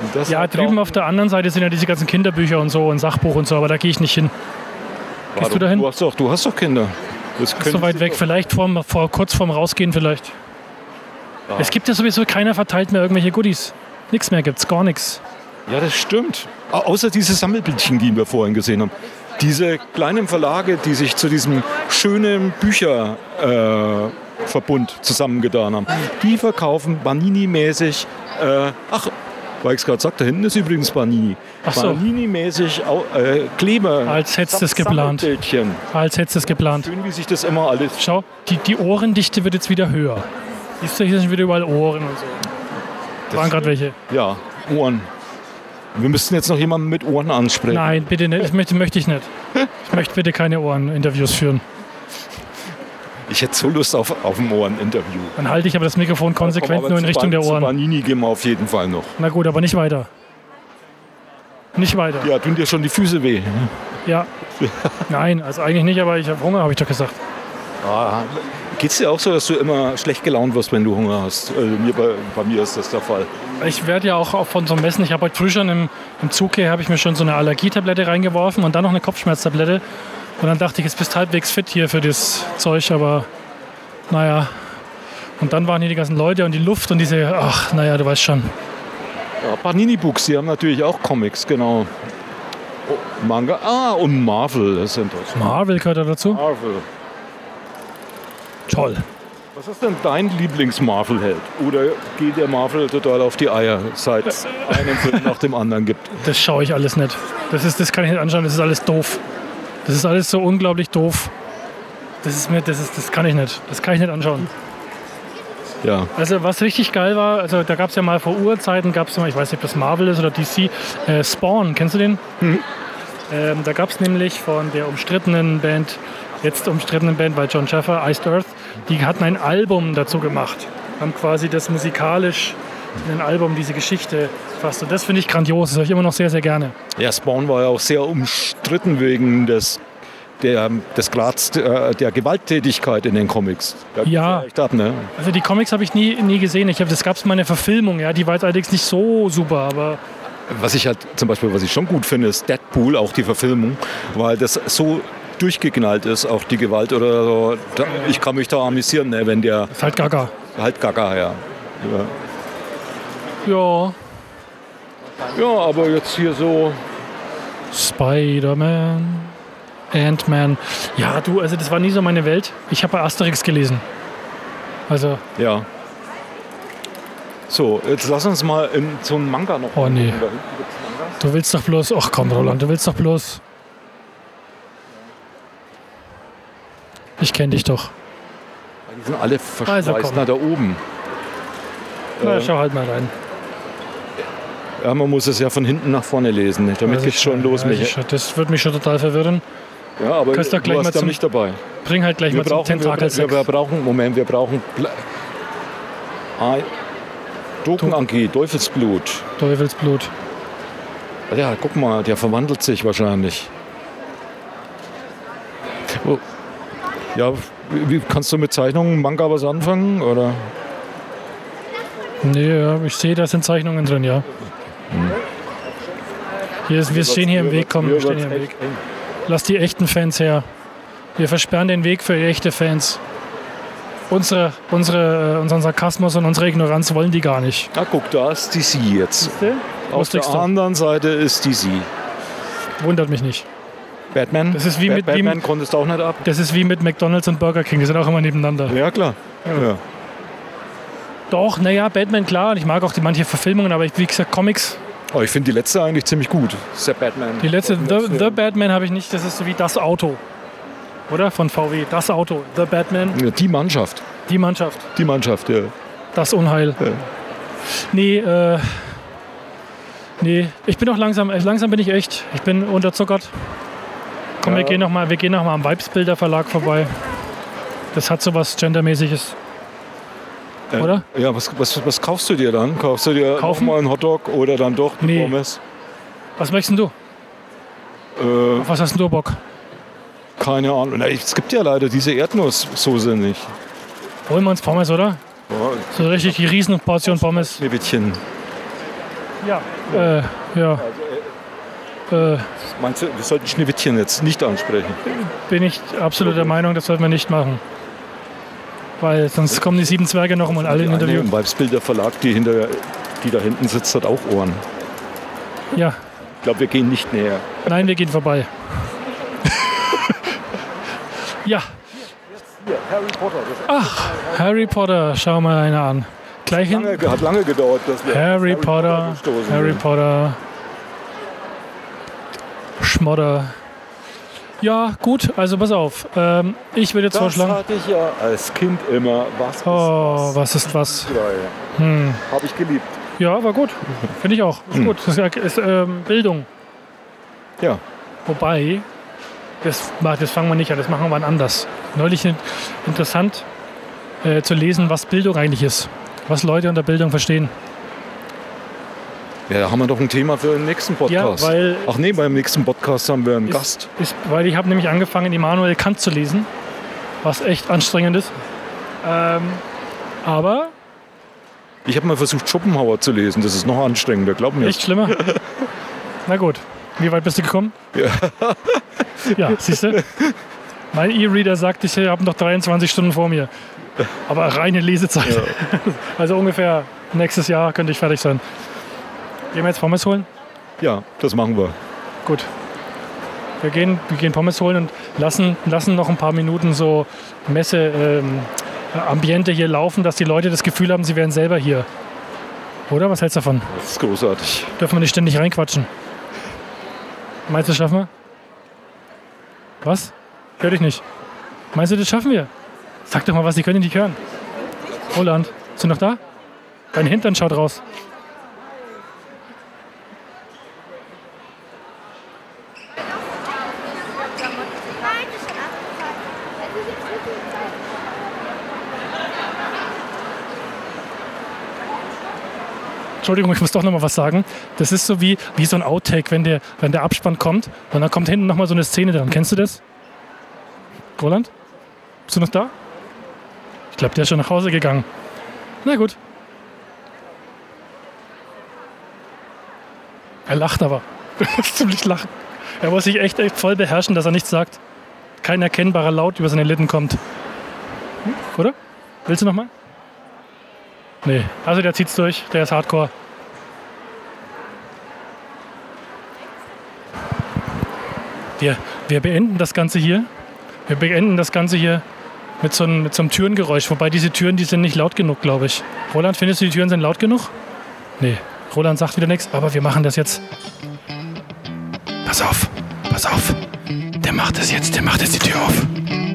C: Und das
B: Ja,
C: hat
B: drüben
C: auch-
B: auf der anderen Seite sind ja diese ganzen Kinderbücher und so und Sachbuch und so, aber da gehe ich nicht hin.
C: Warum?
B: du dahin?
C: Du hast doch, du hast doch Kinder. Das
B: Ist so weit weg, vielleicht vorm, vor, kurz vorm Rausgehen vielleicht. Es gibt ja sowieso, keiner verteilt mehr irgendwelche Goodies. Nix mehr gibt's, gar nichts.
C: Ja, das stimmt. Au- Außer diese Sammelbildchen, die wir vorhin gesehen haben. Diese kleinen Verlage, die sich zu diesem schönen Bücherverbund äh, Verbund zusammengetan haben, die verkaufen Banini-mäßig, äh, ach, weil ich es gerade sagte, da hinten ist übrigens Banini.
B: Ach so.
C: Banini-mäßig au- äh, Kleber.
B: Als hättest du es geplant.
C: Sammelbildchen.
B: Als hättest du es geplant.
C: Schön, wie sich das immer alles.
B: Schau, die, die Ohrendichte wird jetzt wieder höher. Siehst du, hier sind wieder überall Ohren und so. Da waren gerade welche.
C: Ja, Ohren. Wir müssten jetzt noch jemanden mit Ohren ansprechen.
B: Nein, bitte nicht. Das möchte, möchte ich nicht. Ich möchte bitte keine Ohreninterviews führen.
C: Ich hätte so Lust auf, auf ein Ohren-Interview.
B: Dann halte ich aber das Mikrofon konsequent
C: Aber
B: nur in
C: zu
B: Richtung
C: Ban-
B: der
C: Zu
B: Ohren.
C: Banini gehen wir auf jeden Fall noch.
B: Na gut, aber nicht weiter. Nicht weiter.
C: Ja, tun dir schon die Füße weh.
B: Ja. Nein, also eigentlich nicht, aber ich habe Hunger, habe ich doch gesagt.
C: Geht es Ah, dir auch so, dass du immer schlecht gelaunt wirst, wenn du Hunger hast? Also mir, bei, bei mir ist das der Fall.
B: Ich werde ja auch von so einem Messen, ich habe heute früh schon im, im Zug hier, habe ich mir schon so eine Allergietablette reingeworfen und dann noch eine Kopfschmerztablette. Und dann dachte ich, jetzt bist du halbwegs fit hier für das Zeug, aber naja. Und dann waren hier die ganzen Leute und die Luft und diese, ach naja, du weißt schon.
C: Ja, Panini Books, die haben natürlich auch Comics, genau. Oh, Manga, ah, und Marvel das sind das.
B: Marvel gehört da dazu.
C: Marvel.
B: Toll.
C: Was ist denn dein Lieblings-Marvel-Held? Oder geht der Marvel total auf die Eier, seit es einen Film nach dem anderen gibt?
B: Das schaue ich alles nicht. Das, ist, das kann ich nicht anschauen, das ist alles doof. Das ist alles so unglaublich doof. Das ist mir, das ist, das kann ich nicht. Das kann ich nicht anschauen.
C: Ja.
B: Also was richtig geil war, also da gab es ja mal vor Urzeiten, gab es mal, ich weiß nicht, ob das Marvel ist oder DC, äh, Spawn, kennst du den? Ähm, da gab es nämlich von der umstrittenen Band, jetzt umstrittenen Band bei John Sheffer, Iced Earth, die hatten ein Album dazu gemacht. Haben quasi das musikalisch, in ein Album, diese Geschichte Fast. Und das finde ich grandios. Das habe ich immer noch sehr, sehr gerne.
C: Ja, Spawn war ja auch sehr umstritten wegen des, der, des Grads äh, der Gewalttätigkeit in den Comics. Da ging's
B: Ja.
C: echt ab, ne?
B: Also die Comics habe ich nie, nie gesehen. Ich habe, das gab es mal eine Verfilmung, ja, die war jetzt allerdings nicht so super, aber
C: Was ich halt zum Beispiel, was ich schon gut finde, ist Deadpool, auch die Verfilmung, weil das so durchgeknallt ist, auch die Gewalt oder so. Da, ich kann mich da amüsieren, ne, wenn der
B: ist halt gaga.
C: halt gaga, ja. ja.
B: Ja.
C: Ja, aber jetzt hier so.
B: Spider-Man, Ant-Man. Ja, du, also das war nie so meine Welt. Ich habe bei Asterix gelesen. Also,
C: Ja. So, jetzt lass uns mal in so einen Manga noch.
B: Oh, nee. du willst doch bloß. Ach komm, Roland, du willst doch bloß. Ich kenne dich doch.
C: Die sind alle
B: Also,
C: verschweißt
B: komm.
C: na, da oben.
B: Na,
C: Äh.
B: schau halt mal rein.
C: Ja, man muss es ja von hinten nach vorne lesen, ne, damit
B: Also
C: ich schon los
B: ja,
C: mich.
B: ich- Das würde mich schon total verwirren.
C: Ja, aber
B: kannst doch gleich
C: du
B: mal
C: warst da
B: zum-
C: nicht dabei.
B: Bring halt gleich
C: Wir
B: mal zum
C: brauchen, wir,
B: Tentakel
C: wir, wir brauchen, Moment, wir brauchen Pla- Ah, Dokenanki, Teufelsblut.
B: Teufelsblut.
C: Ja, guck mal, der verwandelt sich wahrscheinlich. Oh. Ja, wie, wie- kannst du mit Zeichnungen, Manga was anfangen? Oder?
B: Nee, ja, ich sehe, da sind Zeichnungen drin, ja. Hier ist, wir stehen hier im Weg, komm, wir stehen hier im Weg. Lass die echten Fans her. Wir versperren den Weg für echte Fans. Unsere, unsere, äh, unseren Sarkasmus und unsere Ignoranz wollen die gar nicht.
C: Na Ah, guck, da ist DC jetzt. Auf der
B: Lustigste.
C: anderen Seite ist DC.
B: Wundert mich nicht.
C: Batman?
B: Das ist wie
C: Ba-
B: mit- wie
C: Batman
B: mit-
C: konntest du auch nicht ab.
B: Das ist wie mit McDonalds und Burger King, die sind auch immer nebeneinander.
C: Ja, klar. Ja.
B: Doch, naja, Batman, klar. Und ich mag auch die manche Verfilmungen, aber ich, wie gesagt, Comics.
C: Oh, ich finde die letzte eigentlich ziemlich gut. Ist der Batman.
B: Die letzte, The, The Batman habe ich nicht, das ist so wie das Auto. Oder? Von VW. Das Auto. The Batman,
C: Ja, die Mannschaft.
B: die Mannschaft.
C: Die Mannschaft, ja.
B: Das Unheil.
C: Ja.
B: Nee, äh. Nee, ich bin auch langsam, äh, langsam bin ich echt. Ich bin unterzuckert. Komm, wir
C: Ja.
B: gehen nochmal noch mal- wir gehen noch mal am Weibsbilder Verlag vorbei. Das hat sowas gendermäßiges.
C: Ja.
B: Oder?
C: Ja, was, was, was kaufst du dir dann? Kaufst du dir
B: Kaufen?
C: nochmal einen Hotdog oder dann doch eine
B: Nee.
C: Pommes?
B: Was möchtest denn du?
C: Äh,
B: Auf was hast denn du Bock?
C: keine Ahnung. Na, es gibt ja leider diese Erdnusssoße nicht.
B: Holen wir uns Pommes, oder?
C: Oh,
B: So eine richtig die Riesenportion Pommes.
C: Schneewittchen.
B: Ja. Äh, ja. Äh,
C: Meinst du, wir sollten Schneewittchen jetzt nicht ansprechen?
B: bin ich absolut der Meinung, das sollten wir nicht machen. Weil sonst kommen die sieben Zwerge noch um und alle
C: Die
B: im
C: eine
B: Interview.
C: im Weibsbilder Verlag, die, hinter, die da hinten sitzt, hat auch Ohren.
B: Ja.
C: Ich glaube, wir gehen nicht näher.
B: Nein, wir gehen vorbei. ja. Ach, Harry Potter, schau mal einer an. Gleich hin.
C: Lange, hat lange gedauert, dass wir
B: Harry Potter,
C: gestoßen
B: Harry
C: sind.
B: Potter, Schmodder. Ja, gut, also pass auf. Ähm, ich würde jetzt
C: Das
B: vorschlagen.
C: hatte ich ja als Kind immer. Was
B: Oh,
C: ist
B: was ist was?
C: das? Habe ich geliebt.
B: Ja, war gut. Finde ich auch. Ist gut. Das ist, ist ähm, Bildung.
C: Ja.
B: Wobei, das, ma- das fangen wir nicht an, das machen wir wann anders. Neulich in- interessant äh, zu lesen, was Bildung eigentlich ist. Was Leute unter Bildung verstehen.
C: Ja, da haben wir doch ein Thema für den nächsten Podcast.
B: Ja, weil-
C: Ach nee, beim nächsten Podcast haben wir einen
B: Ist-
C: Gast.
B: Ist, weil ich habe nämlich angefangen, Immanuel Kant zu lesen, was echt anstrengend ist. Ähm, aber
C: Ich habe mal versucht, Schopenhauer zu lesen. Das ist noch anstrengender, glaub mir.
B: echt schlimmer. Na gut, wie weit bist du gekommen? Ja, siehst du? Mein E-Reader sagt, ich habe noch 23 Stunden vor mir. Aber reine Lesezeit. Also ungefähr nächstes Jahr könnte ich fertig sein. Gehen wir jetzt Pommes holen?
C: Ja, das machen wir.
B: Gut. Wir gehen, wir gehen Pommes holen und lassen, lassen noch ein paar Minuten so Messe-Ambiente hier laufen, dass die Leute das Gefühl haben, sie wären selber hier. Oder? Was hältst du davon?
C: Das ist großartig.
B: Dürfen wir nicht ständig reinquatschen? Meinst du, das schaffen wir? Was? Hör dich nicht. Meinst du, das schaffen wir? Sag doch mal was, die können dich nicht hören. Roland, bist du noch da? Dein Hintern schaut raus. Entschuldigung, ich muss doch nochmal was sagen. Das ist so wie, wie so ein Outtake, wenn der, wenn der Abspann kommt und dann kommt hinten nochmal so eine Szene dran. Kennst du das? Roland? Bist du noch da? Ich glaube, der ist schon nach Hause gegangen. Na gut. Er lacht aber. Ziemlich lachen. Er muss sich echt, echt voll beherrschen, dass er nichts sagt. Kein erkennbarer Laut über seine Lippen kommt. Hm? Oder? Willst du nochmal? Nee. Also der zieht's durch, der ist hardcore. Wir, wir beenden das Ganze hier. Wir beenden das Ganze hier mit so, einem, mit so einem Türengeräusch. Wobei diese Türen, die sind nicht laut genug, glaube ich. Roland, findest du, die Türen sind laut genug? Nee. Roland sagt wieder nichts, aber wir machen das jetzt. Pass auf, pass auf. Der macht es jetzt, der macht jetzt die Tür auf.